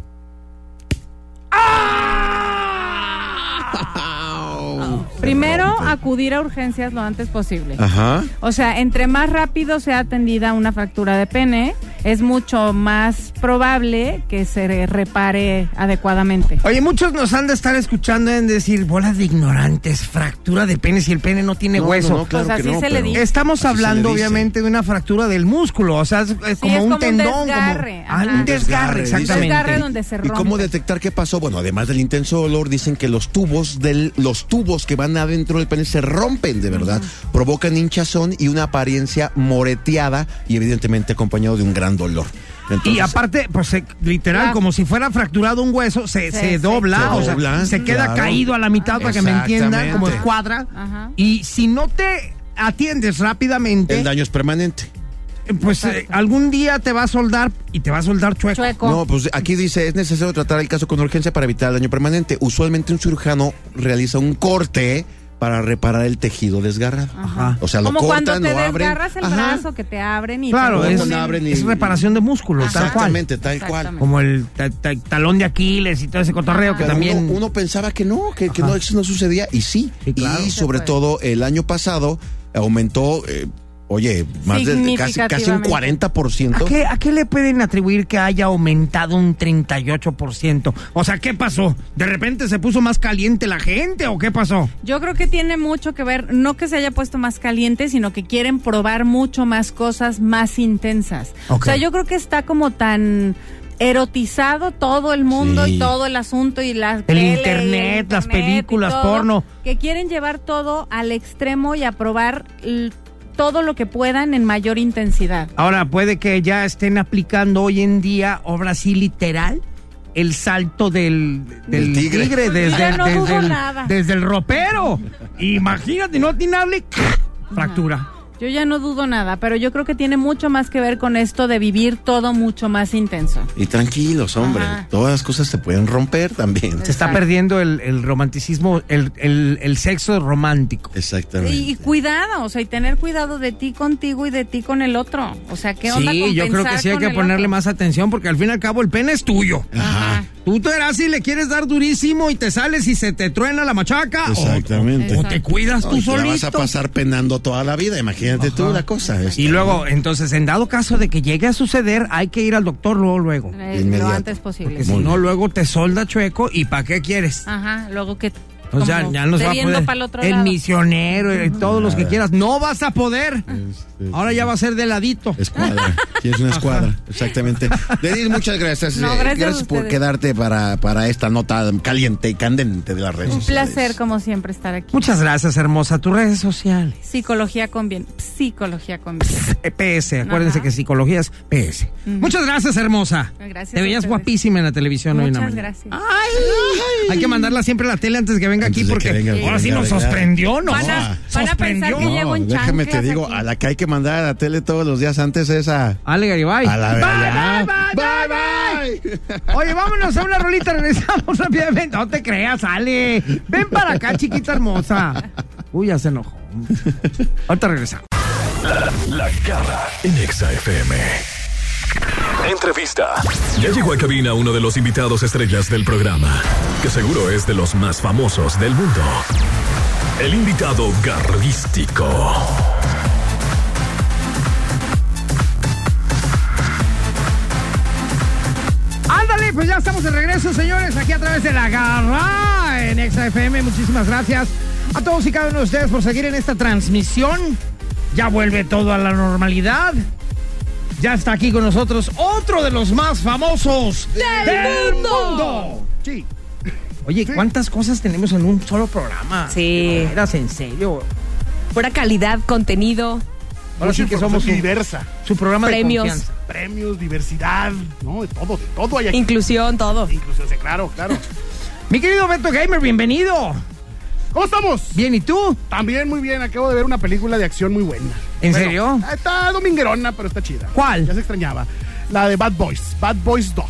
S2: Primero, acudir a urgencias lo antes posible.
S3: Ajá.
S2: O sea, entre más rápido sea atendida una fractura de pene, es mucho más probable que se re- repare adecuadamente.
S1: Oye, muchos nos han de estar escuchando en decir bolas de ignorantes, fractura de pene si el pene no tiene
S3: No, no,
S1: hueso.
S3: no, claro
S2: Pues
S3: que
S2: así
S3: no,
S2: se le
S3: pero-
S2: dice.
S1: Estamos
S3: Así se
S1: hablando
S3: le dice.
S1: obviamente de una fractura del músculo, o sea, es, es como un
S2: es como un
S1: tendón, como-
S2: desgarre,
S1: Ah,
S2: ajá.
S1: un desgarre,
S3: Desgarre, dice.
S1: exactamente.
S2: Desgarre donde se
S3: ¿Y
S2: rompe.
S3: cómo detectar qué pasó? Bueno, además del intenso dolor, dicen que los tubos del, los tubos que van adentro del pene se rompen de verdad, provocan hinchazón y una apariencia moreteada y evidentemente acompañado de un gran dolor.
S1: Y
S3: Entonces,
S1: aparte, pues se- literal,
S2: Claro.
S1: como si fuera fracturado un hueso, se,
S2: Sí,
S1: se
S2: sí.
S1: dobla,
S3: Se
S1: o sea,
S3: dobla,
S1: se queda
S3: claro.
S1: caído a la mitad para que me entiendan, como
S3: Exactamente.
S1: escuadra.
S2: Ajá.
S1: Y si no te atiendes rápidamente,
S3: el daño es permanente.
S1: pues eh, algún día te va a soldar y te va a soldar chueco.
S2: Chueco.
S3: No, pues aquí dice, es necesario tratar el caso con urgencia para evitar el daño permanente. Usualmente un cirujano realiza un corte para reparar el tejido desgarrado.
S1: Ajá.
S3: O sea, lo
S2: como cuando
S3: cortan,
S2: te
S3: lo abren.
S2: desgarras el
S3: Ajá.
S2: brazo, que te abren y
S1: Claro,
S2: te
S1: es,
S3: Cuando abren y-
S1: es reparación de músculos,
S2: Ajá.
S1: tal cual.
S3: Exactamente, tal cual.
S2: Exactamente.
S1: Como el ta- ta- talón de Aquiles y todo ese cotorreo que
S3: Pero
S1: también...
S3: uno, uno pensaba que no, que, que no, eso no sucedía y sí.
S1: Sí, claro.
S3: Y sobre
S2: Se puede.
S3: todo el año pasado aumentó, eh, oye, más de casi, casi un
S2: Significativamente.
S3: 40%.
S1: ¿A qué, a qué le pueden atribuir que haya aumentado un 38%? O sea, ¿qué pasó? ¿De repente se puso más caliente la gente o qué pasó?
S2: Yo creo que tiene mucho que ver, no que se haya puesto más caliente, sino que quieren probar mucho más cosas más intensas.
S1: Ok.
S2: O sea, yo creo que está como tan erotizado todo el mundo
S3: Sí.
S2: y todo el asunto y las tele y el
S1: internet, las películas,
S2: y todo,
S1: porno.
S2: que quieren llevar todo al extremo y a probar l- todo lo que puedan en mayor intensidad.
S1: Ahora, puede que ya estén aplicando hoy en día, obra así literal, el salto del, del
S3: Del tigre.
S1: desde,
S2: Pues Ya no
S1: desde
S2: dudo
S1: el,
S2: nada.
S1: desde el ropero. Imagínate, no atinarle, fractura.
S2: Yo ya no dudo nada, pero yo creo que tiene mucho más que ver con esto de vivir todo mucho más intenso.
S3: Y tranquilos, hombre,
S2: Ajá. Pues
S3: todas las cosas se pueden romper también.
S1: Se está
S2: Exacto.
S1: perdiendo el, el romanticismo, el, el- el sexo romántico.
S3: Exactamente.
S2: Y, y cuidado, o sea, y tener cuidado de ti contigo y de ti con el otro. O sea, ¿qué onda
S1: Sí,
S2: con
S1: yo creo que
S2: pensar
S1: sí hay
S2: con
S1: que
S2: el
S1: ponerle
S2: otro?
S1: más atención porque al fin y al cabo el pene es tuyo.
S2: Ajá. Eh,
S1: Tú te harás si le quieres dar durísimo y te sales y se te truena la machaca. o-
S3: Exactamente.
S1: O, Ah, oh, te cuidas tú
S3: Ay, te la vas
S1: solito.
S3: a pasar penando toda la vida, imagínate tú la cosa. este.
S1: Y luego, entonces, en dado caso de que llegue a suceder, hay que ir al doctor luego, luego.
S2: Eh, lo
S3: Inmediato.
S2: antes posible.
S1: Porque si no, luego te solda chueco y ¿para qué quieres?
S2: Ajá, luego que.
S1: O sea,
S2: Ah, como
S1: Pues ya nos va a
S2: debiendo
S1: poder.
S2: pa'l otro
S1: el
S2: lado.
S1: misionero, eh, todos los que quieras. No vas a poder. Ahora ya va a ser de ladito.
S3: Escuadra. Tienes una escuadra. Exactamente. Denise, muchas gracias.
S2: No,
S3: Eh,
S2: gracias a
S3: por
S2: ustedes.
S3: quedarte para, para esta nota caliente y candente de las redes
S2: Un
S3: sociales.
S2: placer, como siempre, estar aquí.
S1: Muchas gracias, hermosa. Tus redes sociales.
S2: Psicología con bien. Psicología con bien.
S1: Eh, PS, acuérdense
S2: Ajá.
S1: que psicología es PS. Muchas gracias, hermosa.
S2: Gracias
S1: Te
S2: a
S1: veías
S2: ustedes.
S1: guapísima en la televisión hoy en la
S2: Muchas
S1: mañana.
S2: gracias.
S1: Hay que mandarla siempre a la tele antes que venga
S3: Antes
S1: aquí
S3: de
S1: porque
S3: que venga,
S1: ahora
S3: venga,
S1: sí nos
S3: venga.
S1: sorprendió, ¿no?
S2: Van a- van a pensar
S1: sorprendió.
S2: que ya- llevo en
S3: déjame te
S2: chanclas
S3: digo,
S2: aquí.
S3: a la que hay que mandar a la tele todos los días antes es a.
S1: Ale Garibay.
S3: A la verdad.
S1: bye, bye, bye. Oye, vámonos a una rolita, regresamos rápidamente. No te creas, Ale. Ven para acá, chiquita hermosa. Uy, ya se enojó. Ahorita regresamos.
S4: La garra en Exa FM. Entrevista. Ya llegó a cabina uno de los invitados estrellas del programa, que seguro es de los más famosos del mundo. El invitado garrístico.
S1: pues ya estamos de regreso, señores, aquí a través de la garra en ExaFM. Muchísimas gracias a todos y cada uno de ustedes por seguir en esta transmisión. Ya vuelve todo a la normalidad. Ya está aquí con nosotros otro de los más famosos del, mundo.
S3: Sí.
S1: Oye, ¿cuántas cosas tenemos en un solo programa?
S5: Sí.
S1: De veras, en serio.
S5: Pura calidad, contenido.
S1: Ahora sí
S6: Mucha
S1: que somos
S6: información
S1: su,
S6: diversa.
S1: su programa
S5: Premios.
S1: de confianza.
S6: Premios, diversidad, ¿no? De todo, de todo hay aquí.
S5: Inclusión, todo.
S6: Inclusión, sí, claro, claro.
S1: Mi querido Beto Gamer, bienvenido.
S6: ¿Cómo estamos?
S1: Bien, ¿y tú?
S6: También muy bien, acabo de ver una película de acción muy buena.
S1: ¿En
S6: Bueno,
S1: serio?
S6: Está dominguerona, pero está chida.
S1: ¿Cuál?
S6: Ya se extrañaba. La de Bad Boys, Bad Boys 2.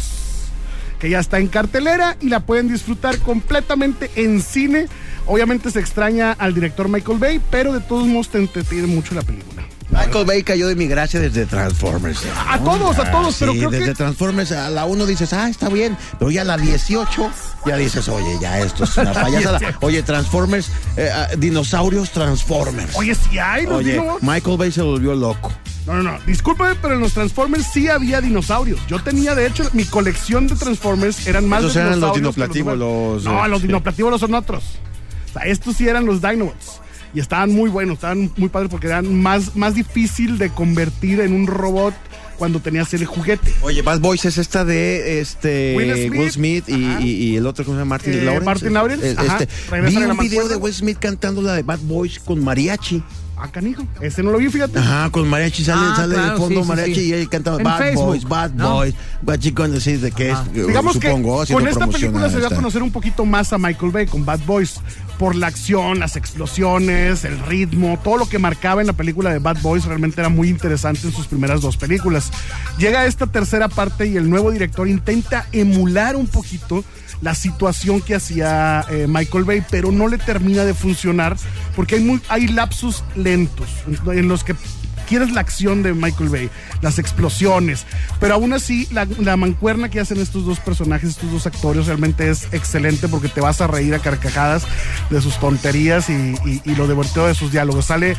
S6: Que ya está en cartelera y la pueden disfrutar completamente en cine. Obviamente se extraña al director Michael Bay, pero de todos modos te entretiene mucho la película.
S3: Michael Bay cayó de mi gracia desde Transformers.
S6: A todos, a todos, pero
S3: Ah, sí,
S6: creo
S3: desde
S6: que.
S3: Transformers a la 1 dices, ah, está bien, pero ya a la 18 ya dices, oye, ya esto es una payasada. Oye, Transformers, eh, ah, dinosaurios Transformers.
S6: Oye, si hay, nos
S3: Oye,
S6: dijo-
S3: Michael Bay se volvió loco.
S6: No, no, no. Discúlpame, pero en los Transformers sí había dinosaurios. Yo tenía, de hecho, mi colección de Transformers eran más
S3: Esos
S6: de
S3: eran los
S6: dinosaurios que
S3: dinoplativos, los,
S6: humanos. No,
S3: eh,
S6: los
S3: sí.
S6: dinoplativos son otros. O sea, estos sí eran los Dinobots. Y estaban muy buenos, estaban muy padres porque eran más, más difícil de convertir en un robot cuando tenías el juguete.
S3: Oye, Bad Boys es esta de este
S6: Will Smith.
S3: Will Smith, y,
S6: Ajá.
S3: y- y el otro que se llama Martin
S6: Eh,
S3: Lawrence.
S6: Martin Lawrence,
S3: Eh,
S6: ajá.
S3: este,
S6: Regresa
S3: vi
S6: de la
S3: un video
S6: mancuerna.
S3: de Will Smith cantando la de Bad Boys con mariachi.
S6: Ah, canijo. Ese no lo vi, fíjate.
S3: Ajá, con mariachi sale,
S1: Ah,
S3: sale
S1: claro,
S3: de fondo
S1: sí, sí,
S3: mariachi
S1: sí.
S3: y él cantaba
S1: En
S3: Bad
S1: Facebook,
S3: Boys, Bad
S1: ¿no?
S3: Boys. What you gonna say de qué es, eh,
S6: Digamos que
S3: supongo,
S6: con
S3: haciendo
S6: esta
S3: promoción
S6: película se dio a
S3: esta.
S6: conocer un poquito más a Michael Bay con Bad Boys por la acción, las explosiones, el ritmo, todo lo que marcaba en la película de Bad Boys realmente era muy interesante en sus primeras dos películas. Llega esta tercera parte y el nuevo director intenta emular un poquito la situación que hacía eh, Michael Bay, pero no le termina de funcionar porque hay, muy, hay lapsus lentos en los que quieres la acción de Michael Bay, las explosiones, pero aún así la, la mancuerna que hacen estos dos personajes, estos dos actores, realmente es excelente porque te vas a reír a carcajadas de sus tonterías y, y- y lo divertido de sus diálogos. Sale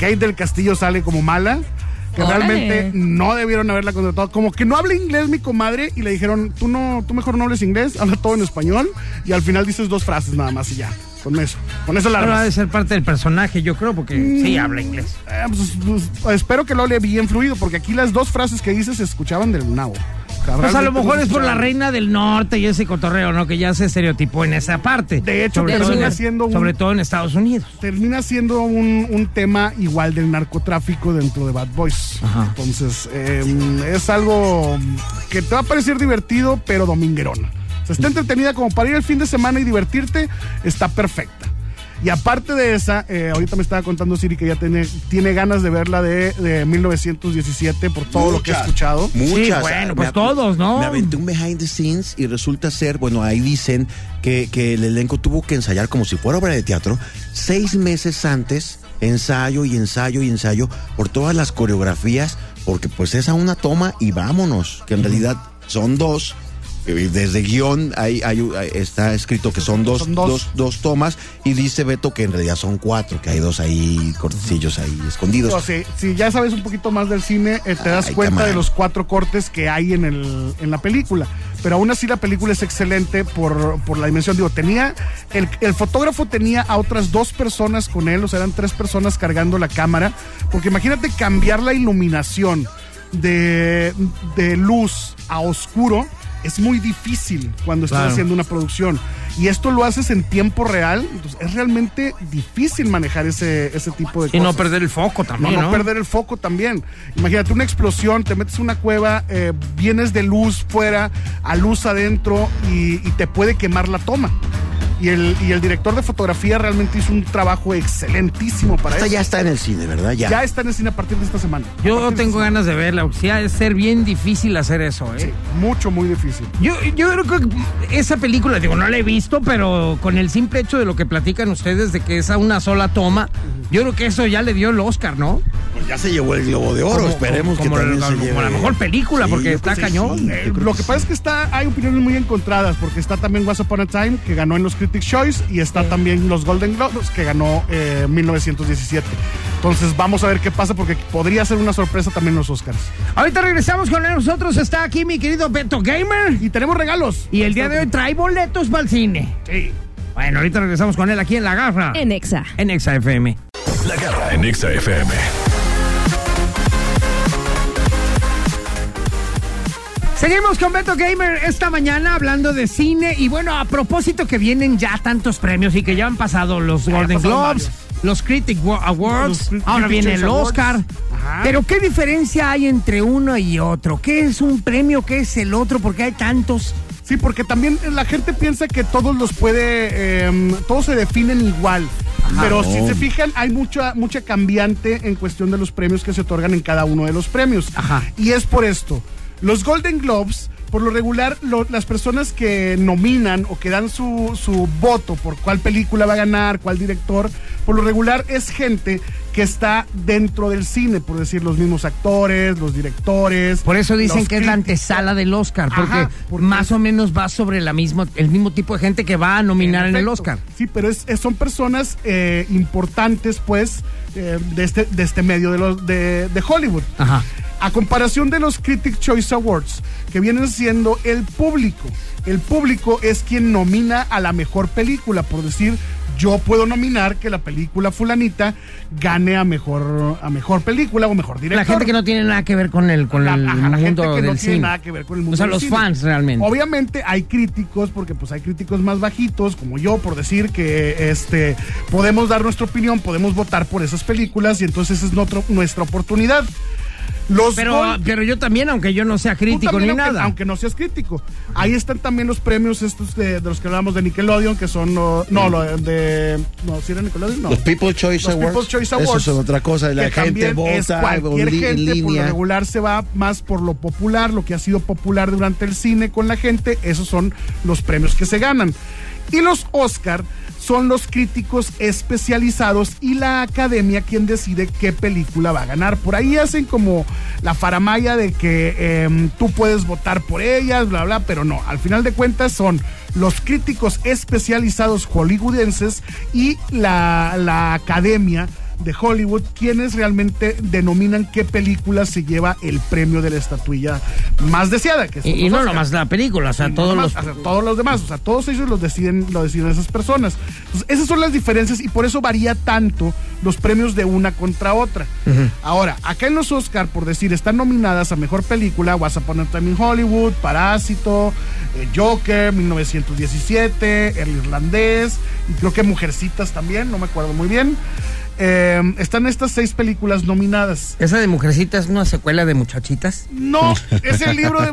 S6: Kate del Castillo, sale como mala. Que
S5: Órale.
S6: realmente no debieron haberla contratado. Como que no habla inglés mi comadre y le dijeron, tú no, tú mejor no hables inglés, habla todo en español y al final dices dos frases nada más y ya. Con eso. Con eso la
S1: Ahora
S6: armas.
S1: ha de ser parte del personaje, yo creo, porque sí habla inglés.
S6: Eh, pues, pues, espero que lo lea bien fluido, porque aquí las dos frases que dices se escuchaban del nabo. O sea,
S1: Pues a
S6: realmente
S1: lo mejor
S6: no
S1: es por la
S6: escuchaban.
S1: reina del norte y ese cotorreo, ¿no? Que ya se estereotipó en esa parte.
S6: De hecho,
S1: sobre
S5: termina
S1: todo, en-
S6: siendo un-
S1: sobre todo en Estados Unidos.
S6: Termina siendo un, un tema igual del narcotráfico dentro de Bad Boys.
S1: Ajá.
S6: Entonces, eh, es algo que te va a parecer divertido, pero dominguerona. O sea, está entretenida como para ir el fin de semana y divertirte, está perfecta. Y aparte de esa, eh, ahorita me estaba contando Siri que ya tiene, tiene ganas de verla de, de 1917 por todo lo que he
S3: Muchas,
S6: escuchado.
S3: Muchas.
S1: Sí, bueno, pues
S3: ap-
S1: todos, ¿no?
S3: Me aventé un behind the scenes y resulta ser, bueno, ahí dicen que, que el elenco tuvo que ensayar como si fuera obra de teatro seis meses antes, ensayo y ensayo y ensayo, por todas las coreografías, porque pues es a una toma y vámonos, que en realidad son dos. eh, Desde guión hay, hay- está escrito que son, dos,
S6: Son dos.
S3: dos- dos tomas y dice Beto que en realidad son cuatro, que hay dos ahí, cortecillos ahí escondidos.
S6: O sea, si ya sabes un poquito más del cine, eh, te das
S3: Ay,
S6: cuenta
S3: camarada.
S6: de los cuatro cortes que hay en, el, en la película. Pero aún así la película es excelente por, por la dimensión. Digo, tenía, el, el fotógrafo tenía a otras dos personas con él, o sea, eran tres personas cargando la cámara. Porque imagínate cambiar la iluminación de, de luz a oscuro. Es muy difícil cuando estás
S1: Claro.
S6: haciendo una producción. Y esto lo haces en tiempo real. Entonces, es realmente difícil manejar ese, ese tipo de
S1: Y
S6: cosas.
S1: no perder el foco
S6: No,
S1: también, ¿no?
S6: no perder el foco también. Imagínate una explosión, te metes en una cueva, eh, vienes de luz fuera a luz adentro y, y te puede quemar la toma. Y el, y el director de fotografía realmente hizo un trabajo excelentísimo para
S3: Esta
S6: eso.
S3: ya está en el cine, ¿verdad? Ya.
S6: Ya está en el cine a partir de esta semana. A
S1: Yo
S6: partir de
S1: tengo
S6: esta
S1: ganas de verla, porque sí ha de ser bien difícil hacer eso, ¿eh?
S6: semana. Sí, mucho, muy difícil.
S1: Yo, yo creo que esa película, digo, no la he visto, pero con el simple hecho de lo que platican ustedes de que es a una sola toma, yo creo que eso ya le dio el Oscar, ¿no?
S3: Pues ya se llevó el Globo de Oro,
S1: Como-
S3: esperemos
S1: como-
S3: que
S1: como
S3: también
S1: la-
S3: se
S1: como
S3: lleve.
S1: la mejor película, porque
S3: yo
S1: está
S3: creo que
S1: cañón.
S3: sí, yo creo
S6: Lo que pasa es que está, hay opiniones muy encontradas, porque está también Once Upon a Time, que ganó en los Critics Choice y está también los Golden Globes que ganó eh, 1917. Entonces vamos a ver qué pasa porque podría ser una sorpresa también los Oscars.
S1: Ahorita regresamos con nosotros. Está aquí mi querido Beto Gamer.
S6: Y tenemos regalos.
S1: Y el día de hoy trae boletos para el cine.
S6: Sí.
S1: Bueno, ahorita regresamos con él aquí en La Garra.
S5: En Exa.
S1: En Exa FM.
S4: La garra en Exa FM.
S1: Seguimos con Beto Gamer esta mañana hablando de cine. Y bueno, a propósito que vienen ya tantos premios y que ya han pasado los
S6: ya
S1: Golden
S6: pasaron
S1: Globes, los Critic Wo-
S6: Los
S1: Awards,
S6: Crit-
S1: ahora
S6: Critics
S1: viene el
S6: Awards.
S1: Oscar.
S6: Ajá.
S1: Pero ¿qué diferencia hay entre uno y otro? ¿Qué es un premio? ¿Qué es el otro? Porque hay tantos.
S6: Sí, porque también la gente piensa que todos los puede, em, todos se definen igual. pero si se fijan, hay mucha, mucha cambiante en cuestión de los premios que se otorgan en cada uno de los premios.
S1: Ajá.
S6: Y es por esto. Los Golden Globes, por lo regular, lo- las personas que nominan o que dan su, su voto por cuál película va a ganar, cuál director, por lo regular es gente que está dentro del cine, por decir, los mismos actores, los directores.
S1: Por eso dicen
S6: los
S1: que es la
S6: críticos.
S1: antesala del Oscar, porque,
S6: Ajá, porque-
S1: más o menos va sobre la mismo, el mismo tipo de gente que va a nominar en, el
S6: Perfecto.
S1: Oscar.
S6: Sí, pero es, es- son personas eh, importantes, pues, eh, de, este, de este medio de, los, de, de Hollywood.
S1: Ajá.
S6: A comparación de los Critic Choice Awards, que vienen siendo el público. El público es quien nomina a la mejor película, por decir, yo puedo nominar que la película fulanita gane a mejor, a mejor película o mejor director.
S1: La gente que no tiene nada que ver con el, con
S6: La-
S1: el
S6: ajá, la
S1: mundo
S6: gente que no
S1: del
S6: tiene
S1: cine.
S6: nada que ver con el mundo
S1: O sea,
S6: del
S1: los
S6: cine.
S1: fans realmente.
S6: Obviamente hay críticos, porque pues hay críticos más bajitos, como yo, por decir que este podemos dar nuestra opinión, podemos votar por esas películas y entonces es nuestro- nuestra oportunidad. Los
S1: Pero,
S6: Gold-
S1: pero yo también, aunque yo no sea
S6: tú
S1: crítico
S6: también,
S1: ni
S6: aunque,
S1: nada.
S6: Aunque no seas crítico. Ahí están también los premios estos de, de los que hablamos de Nickelodeon, que son... No, no, lo de... No, ¿sí era Nickelodeon? No.
S3: Los People Choice
S6: Los
S3: Awards.
S6: People's Choice
S3: Eso
S6: Awards,
S3: es otra cosa. La
S6: que
S3: gente
S6: también es
S3: vota
S6: cualquier
S3: en li- en
S6: gente por lo
S3: línea.
S6: regular se va más por lo popular, lo que ha sido popular durante el cine con la gente, esos son los premios que se ganan. Y los Oscar son los críticos especializados y la academia quien decide qué película va a ganar. Por ahí hacen como la faramaya de que em, tú puedes votar por ellas, bla, bla, pero no. Al final de cuentas son los críticos especializados hollywoodenses y la, la academia de Hollywood quienes realmente denominan qué película se lleva el premio de la estatuilla más deseada. Que son
S1: y, y
S6: los
S1: no
S6: Oscar.
S1: nomás la película, o sea,
S6: Y
S1: todos
S6: nomás,
S1: los...
S6: o sea, todos los demás, o sea, todos ellos los deciden, lo deciden esas personas. Entonces, esas son las diferencias y por eso varía tanto los premios de una contra otra. Ahora, acá en los Oscar, por decir, están nominadas a Mejor Película, What's Upon a Time in Hollywood, Parásito, eh, Joker, 1917, El Irlandés, y creo que Mujercitas también, no me acuerdo muy bien. Eh, están estas seis películas nominadas.
S1: Esa de Mujercitas es una secuela de Muchachitas.
S6: No, es el libro de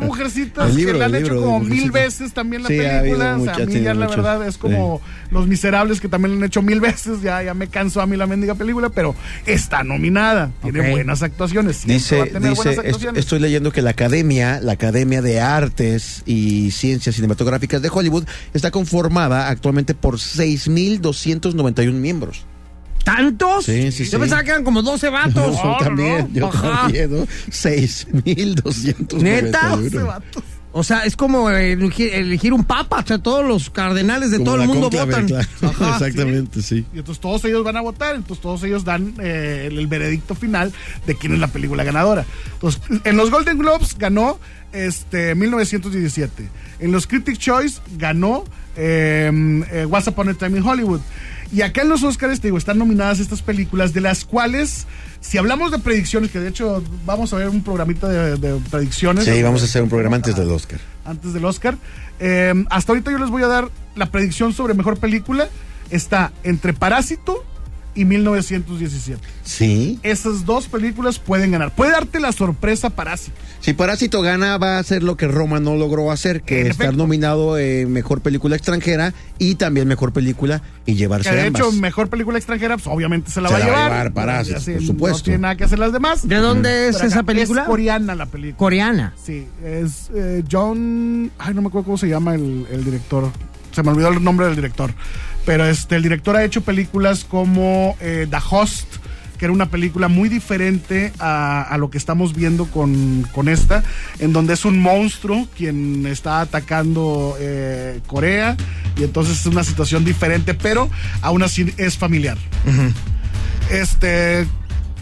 S6: Mujercitas
S3: El libro,
S6: que la han
S3: el libro
S6: hecho
S3: de
S6: como mil
S3: Mujercitas.
S6: veces también la
S3: Sí, ha
S6: película.
S3: habido
S6: o sea, a
S3: muchas,
S6: mí
S3: sí,
S6: ya la
S3: muchas.
S6: verdad es como Los Miserables que también la han hecho mil veces. Ya, ya me cansó a mí la mendiga película, pero está nominada. Tiene
S1: Ok.
S6: buenas actuaciones. siempre va a
S3: Dice,
S6: tener
S3: dice,
S6: buenas
S3: est-
S6: actuaciones.
S3: estoy leyendo que la academia, la Academia de Artes y Ciencias Cinematográficas de Hollywood está conformada actualmente por 6.291 miembros.
S1: ¿Tantos?
S3: Sí, sí,
S1: yo
S3: sí.
S1: pensaba que eran como 12 vatos.
S3: Yo también, yo
S1: Ajá.
S3: también, ¿no? 6.291.
S1: ¿Neta? O sea, es como elegir, elegir un papa, o sea, todos los cardenales de
S3: Como
S1: todo el
S3: la
S1: mundo
S3: cónclave,
S1: votan.
S3: claro.
S1: Ajá.
S3: Exactamente, sí.
S6: Y entonces todos ellos van a votar, entonces todos ellos dan eh, el, el veredicto final de quién es la película ganadora. Entonces, en los Golden Globes ganó este 1917. En los Critic Choice ganó eh, eh, Once Upon a Time in Hollywood. Y acá en los Oscars, te digo, están nominadas estas películas, de las cuales, si hablamos de predicciones, que de hecho vamos a ver un programita de, de predicciones.
S3: Sí, vamos a hacer un programa antes del Oscar.
S6: Antes del Oscar. Eh, hasta ahorita yo les voy a dar la predicción sobre mejor película. Está entre Parásito y 1917.
S3: Sí.
S6: Esas dos películas pueden ganar. Puede darte la sorpresa Parásito.
S3: Si Parásito gana, va a hacer lo que Roma no logró hacer, que
S6: En
S3: estar
S6: efecto.
S3: nominado en Mejor Película Extranjera y también Mejor Película y llevarse
S6: Que de
S3: ambas.
S6: hecho, mejor película extranjera, pues obviamente se la
S3: Se
S6: va a
S3: la va a
S6: llevar.
S3: llevar Parásito,
S6: Así,
S3: por supuesto.
S6: No tiene nada que hacer las demás.
S1: ¿De dónde es
S6: Pero acá
S1: esa película?
S6: Es coreana la película.
S1: Coreana. Ah,
S6: Sí, es eh, John. Ay, no me acuerdo cómo se llama el, el director. Se me olvidó el nombre del director. Pero este, el director ha hecho películas como eh, The Host, que era una película muy diferente a, a lo que estamos viendo con, con esta, en donde es un monstruo quien está atacando eh, Corea, y entonces es una situación diferente, pero aún así es familiar. Este.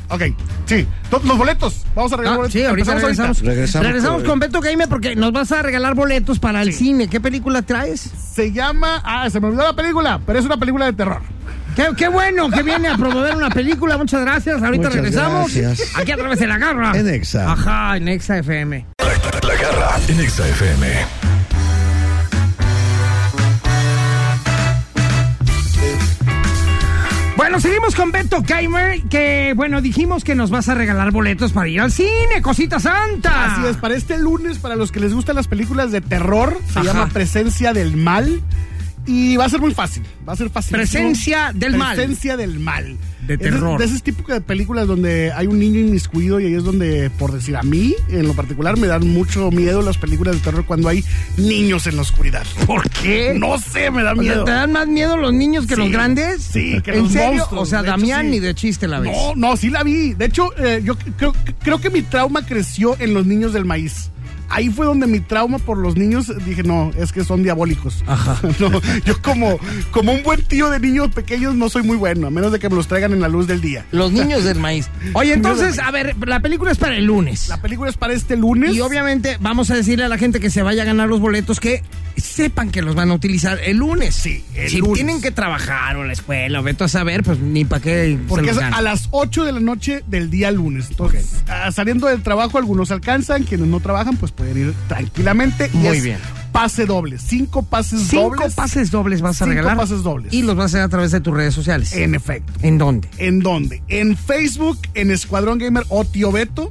S6: Ok, sí. to- Los boletos. Vamos a
S1: Ah,
S6: regalar boletos.
S1: sí, ahorita
S6: Empezamos
S1: regresamos.
S3: ahorita. Regresamos
S1: Regresamos,
S3: con-
S1: con Beto Gamer porque nos vas a regalar boletos para el cine. ¿Qué película traes?
S6: Se llama. Ah, se me olvidó la película, pero es una película de terror.
S1: Qué, qué bueno que viene a promover una película. Muchas gracias. Ahorita
S3: Muchas
S1: regresamos.
S3: gracias.
S1: Aquí a través de la garra.
S3: En Exa.
S1: Ajá, en Exa FM.
S4: La garra en Exa FM.
S1: Bueno, seguimos con Beto Gamer, que bueno, dijimos que nos vas a regalar boletos para ir al cine, cosita santa.
S6: Así es, para este lunes, para los que les gustan las películas de terror, se
S1: Ajá.
S6: llama Presencia del Mal. Y va a ser muy fácil. Va a ser fácil.
S1: Presencia del Mal.
S6: Presencia del mal.
S1: De
S6: Es
S1: terror.
S6: De, ese tipo de películas donde hay un niño inmiscuido y ahí es donde, por decir a mí, en lo particular, me dan mucho miedo las películas de terror cuando hay niños en la oscuridad.
S1: ¿Por qué?
S6: No sé, me da
S1: O sea,
S6: miedo.
S1: ¿Te dan más miedo los niños que
S6: Sí,
S1: los grandes?
S6: sí, que
S1: ¿En
S6: los
S1: serio?
S6: monstruos,
S1: o sea,
S6: de hecho,
S1: Damián
S6: sí.
S1: ni de chiste la ves.
S6: No, no, sí la vi. De hecho, eh, yo c- creo, creo que mi trauma creció en los niños del maíz. Ahí fue donde mi trauma por los niños, dije, no, es que son diabólicos. Ajá. yo como, como un buen tío de niños pequeños no soy muy bueno, a menos de que me los traigan en la luz del día.
S1: Los niños del maíz. Oye, entonces, a ver, la película es para el lunes.
S6: La película es para este lunes.
S1: Y obviamente vamos a decirle a la gente que se vaya a ganar los boletos que sepan que los van a utilizar el lunes.
S6: Sí, el
S1: si
S6: lunes.
S1: tienen que trabajar o la escuela o vete a saber, pues ni para qué. se
S6: Porque
S1: los
S6: es
S1: ganan.
S6: a las 8 de la noche del día lunes. Entonces, ah, saliendo del trabajo, algunos alcanzan, quienes no trabajan, pues pueden ir tranquilamente. Y
S1: Muy
S6: es
S1: bien.
S6: Pase doble, cinco pases
S1: Cinco
S6: dobles.
S1: pases dobles vas a
S6: Cinco
S1: regalar.
S6: pases dobles.
S1: Y los vas a hacer a través de tus redes sociales.
S6: En efecto.
S1: ¿En dónde?
S6: ¿En dónde? En Facebook, en Escuadrón Gamer o Tío Beto.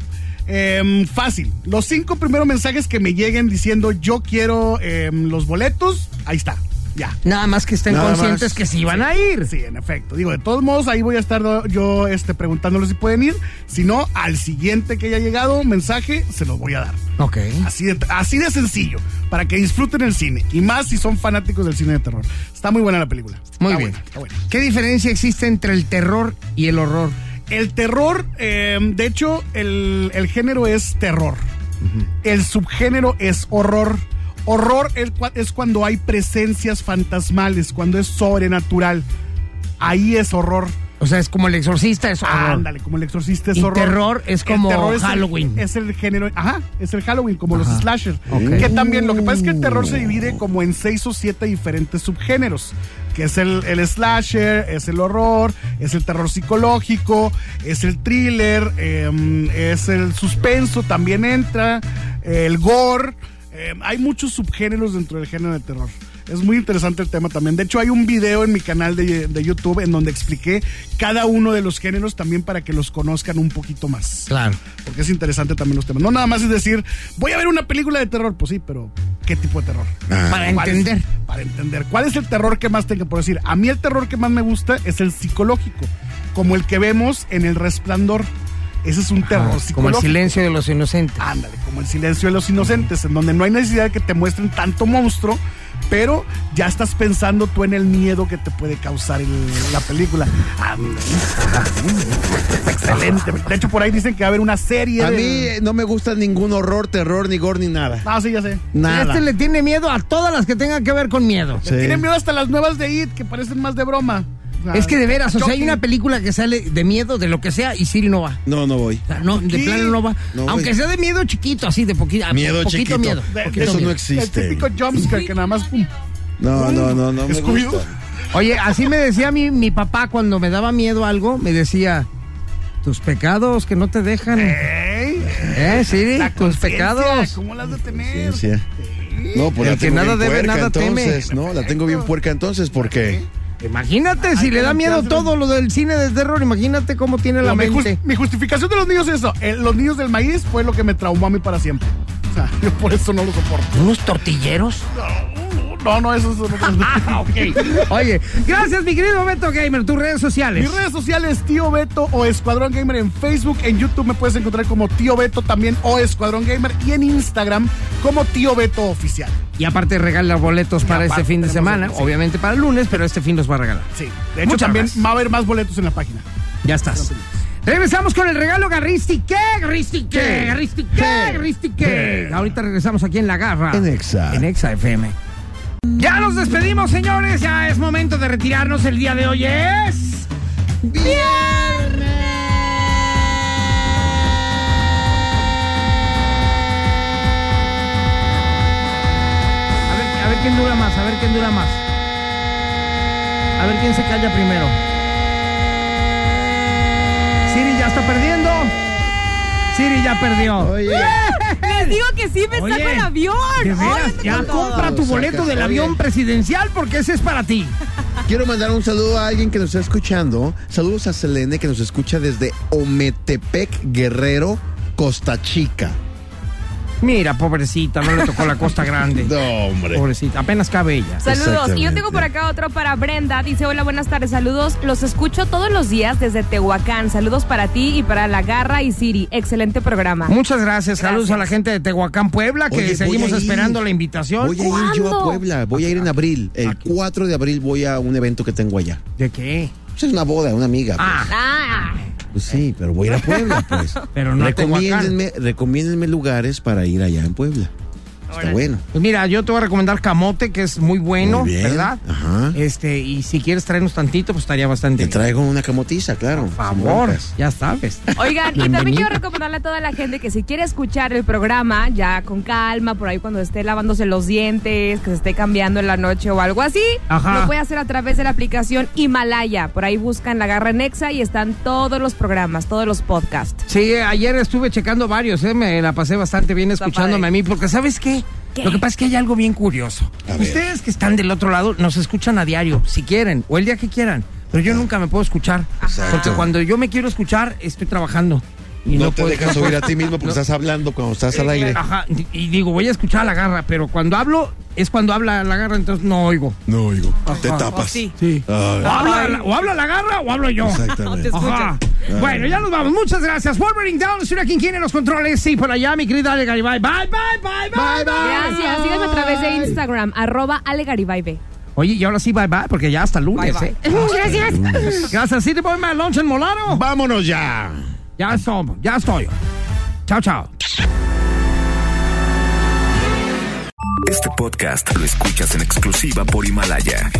S6: Em, fácil. Los cinco primeros mensajes que me lleguen diciendo yo quiero em, los boletos, ahí está. Ya.
S1: Nada más que estén
S3: Nada
S1: conscientes
S3: más.
S1: que sí van a ir.
S6: Sí, en efecto. Digo, de todos modos, ahí voy a estar do- yo este, preguntándoles si pueden ir. Si no, al siguiente que haya llegado mensaje, se los voy a dar.
S1: Ok.
S6: Así de, así de sencillo, para que disfruten el cine. Y más si son fanáticos del cine de terror. Está muy buena la película.
S1: Muy
S6: Está
S1: bien.
S6: buena, está buena.
S1: ¿Qué diferencia existe entre el terror y el horror?
S6: El terror, eh, de hecho, el, el género es terror. El subgénero es horror. Horror es, cua- es cuando hay presencias fantasmales, cuando es sobrenatural. Ahí es horror.
S1: O sea, es como el exorcista, es horror.
S6: Ándale, como el exorcista es
S1: Y
S6: horror.
S1: terror es
S6: El
S1: como
S6: es el-
S1: Halloween.
S6: es el género, ajá, es el Halloween, como los slasher.
S1: Ok.
S6: Que también, lo que pasa es que el terror se divide como en seis o siete diferentes subgéneros. Que es el, el slasher, es el horror, es el terror psicológico, es el thriller, em, es el suspenso, también entra, el gore. em, hay muchos subgéneros dentro del género de terror. Es muy interesante el tema también. De hecho, hay un video en mi canal de, de YouTube en donde expliqué cada uno de los géneros también para que los conozcan un poquito más
S1: Claro.
S6: porque es interesante también los temas. No nada más es decir, voy a ver una película de terror, pues sí, pero ¿qué tipo de terror?
S3: Ah.
S1: Para
S6: ¿Cuál es-
S1: entender.
S6: para entender. ¿Cuál es el terror que más tengo por decir? A mí el terror que más me gusta es el psicológico, como el que vemos en El Resplandor. Ese es un terror psicológico. Ah,
S1: Como el silencio de los inocentes.
S6: Ándale, como el silencio de los inocentes, en donde no hay necesidad de que te muestren tanto monstruo, pero ya estás pensando tú en el miedo que te puede causar el- la película. Ándale. Excelente. De hecho, por ahí dicen que va a haber una serie.
S3: A
S6: de-
S3: mí eh, no me gusta ningún horror, terror, ni gore, ni nada.
S6: Ah, sí, ya sé.
S3: Nada.
S1: Este le tiene miedo a todas las que tengan que ver con miedo.
S3: Sí.
S6: Tienen miedo hasta las nuevas de IT, que parecen más de broma. O sea,
S1: Es que de veras, o sea, hay
S6: Chucky.
S1: una película que sale de miedo, de lo que sea, y Siri no va.
S3: No, no voy.
S1: O sea, no, de
S6: Sí.
S1: plano no va.
S3: No,
S1: Aunque
S3: güey.
S1: sea de miedo chiquito, así, de poquito. a
S3: Miedo
S1: Ah, poquito
S3: chiquito.
S1: Miedo,
S6: De- de-
S1: poquito
S3: Eso no
S1: miedo.
S3: existe.
S6: El típico jumpscare que nada más. pum.
S3: No, no, no, no. Me
S6: Scooby-Doo.
S3: gusta.
S1: Oye, así me decía mi, mi papá cuando me daba miedo algo, me decía, tus pecados que no te dejan.
S6: Ey,
S1: ¿Eh, Siri?
S6: la
S1: Tus
S6: conciencia,
S1: pecados.
S6: ¿Cómo la has de tener?
S3: Ciencia. No,
S1: El
S3: pues la
S1: que
S3: tengo
S1: nada
S3: bien
S1: debe,
S3: puerca,
S1: nada teme.
S3: entonces, ¿no? La tengo bien puerca entonces porque
S1: Imagínate,
S6: Hay
S1: si
S6: que
S1: le da miedo
S6: limpiárselo.
S1: todo lo del cine de terror, imagínate cómo tiene la
S6: mi, jus-
S1: mente.
S6: mi justificación de los niños es eso. Eh, los niños del maíz fue lo que me traumó a mí para siempre. O sea, yo por eso no lo soporto.
S1: ¿Unos tortilleros?
S6: No, no, eso es
S1: Ah, ok. Oye, gracias, mi querido Beto Gamer, tus redes sociales.
S6: Mis redes sociales, Tío Beto o Escuadrón Gamer en Facebook, en YouTube me puedes encontrar como Tío Beto también o Escuadrón Gamer y en Instagram como Tío Beto Oficial.
S1: Y aparte regala boletos para este
S6: aparte
S1: fin de
S6: tenemos
S1: semana,
S6: boletos, sí.
S1: obviamente para el lunes, pero este fin los va a regalar.
S6: Sí, de hecho
S1: Muchas
S6: también
S1: gracias.
S6: va a haber más boletos en la página.
S1: Ya estás. Regresamos con el regalo Garristiqué, Garristiqué, Garristiqué, Garristiqué. Ahorita regresamos aquí en La Garra.
S3: En Exa.
S1: En Exa FM. Ya nos despedimos, señores. Ya es momento de retirarnos. El día de hoy es... A ver, a ver quién dura más, a ver quién dura más. A ver quién se calla primero. Siri ya está perdiendo. Siri ya perdió.
S3: Oye.
S5: Les digo que sí, me
S1: Oye,
S5: saco el avión.
S1: de veras,
S5: Órale
S1: ya
S5: con todo.
S1: compra tu
S3: Saca,
S1: boleto del
S3: oye.
S1: avión presidencial porque ese es para ti.
S3: Quiero mandar un saludo a alguien que nos está escuchando. Saludos a Selene que nos escucha desde Ometepec, Guerrero, Costa Chica.
S1: Mira, pobrecita, no le tocó la costa grande.
S3: No, hombre.
S1: Pobrecita, apenas cabe ella.
S5: Saludos. Y yo tengo
S3: Exactamente.
S5: por acá otro para Brenda. Dice, hola, buenas tardes, saludos. Los escucho todos los días desde Tehuacán. Saludos para ti y para La Garra y Siri. Excelente programa.
S1: Muchas gracias. Saludos
S5: Gracias.
S1: a la gente de Tehuacán, Puebla, Ah, que
S3: Oye, voy
S1: seguimos
S3: a ir.
S1: esperando la invitación.
S3: Voy a ir yo a
S5: ¿Cuándo?
S3: Puebla, voy a ir en abril. El 4 de abril voy a un evento que tengo allá.
S1: ¿De qué?
S3: Pues es una boda, una amiga. pues.
S1: Ah,
S5: Ah,
S3: Pues sí, pero voy a ir a Puebla, pues.
S1: Pero no a
S3: recomiéndenme, recomiéndenme lugares para ir allá en Puebla. Está
S5: Órale.
S3: bueno.
S1: pues mira, yo te voy a recomendar camote, que es muy bueno,
S3: Muy bien,
S1: ¿verdad?
S3: ajá.
S1: Este, y si quieres traernos tantito, pues estaría bastante.
S3: Te
S1: bien.
S3: traigo una camotiza, claro.
S1: Por favor,
S3: sin broncas.
S1: ya sabes.
S5: Oigan, y también
S1: Bienvenida.
S5: quiero recomendarle a toda la gente que si quiere escuchar el programa ya con calma, por ahí cuando esté lavándose los dientes, que se esté cambiando en la noche o algo así,
S1: Ajá.
S5: lo puede hacer a través de la aplicación Himalaya. Por ahí buscan la garra Nexa y están todos los programas, todos los podcasts.
S1: Sí, ayer estuve checando varios, ¿eh? me la pasé bastante bien
S5: Está
S1: escuchándome
S5: padre.
S1: a mí, porque ¿sabes qué?
S5: ¿Qué?
S1: Lo que pasa es que hay algo bien curioso.
S3: A ver.
S1: Ustedes que están del otro lado nos escuchan a diario, si quieren, o el día que quieran, pero yo nunca me puedo escuchar,
S3: Exacto.
S1: porque cuando yo me quiero escuchar estoy trabajando. Y
S3: no,
S1: no,
S3: te
S1: puedo- Eh,
S3: dejas oír a ti mismo porque estás hablando cuando estás al aire.
S1: Ajá, y digo, voy a escuchar a la garra, pero cuando hablo es cuando habla la garra, entonces no oigo.
S3: No oigo. Te tapas.
S5: sí.
S1: O habla, la- o habla la garra o hablo yo.
S3: Exactamente.
S1: Ajá. Bueno, ya nos vamos. Muchas gracias. Wolverine Down, Sura King en los controles. Y por allá, mi querida Ale Garibay. Bye, bye, bye, bye,
S3: Bye, bye.
S5: Gracias, síganme a través de Instagram, arroba alegaribaibe.
S1: Oye, y ahora sí, bye, bye, porque ya hasta lunes,
S5: Bye,
S1: ¿eh? Gracias. Gracias, City Boy, my lunch en Molano.
S3: Vámonos ya.
S1: Ya somos, ya estoy. Chao, chao.
S7: Este podcast lo escuchas en exclusiva por Himalaya.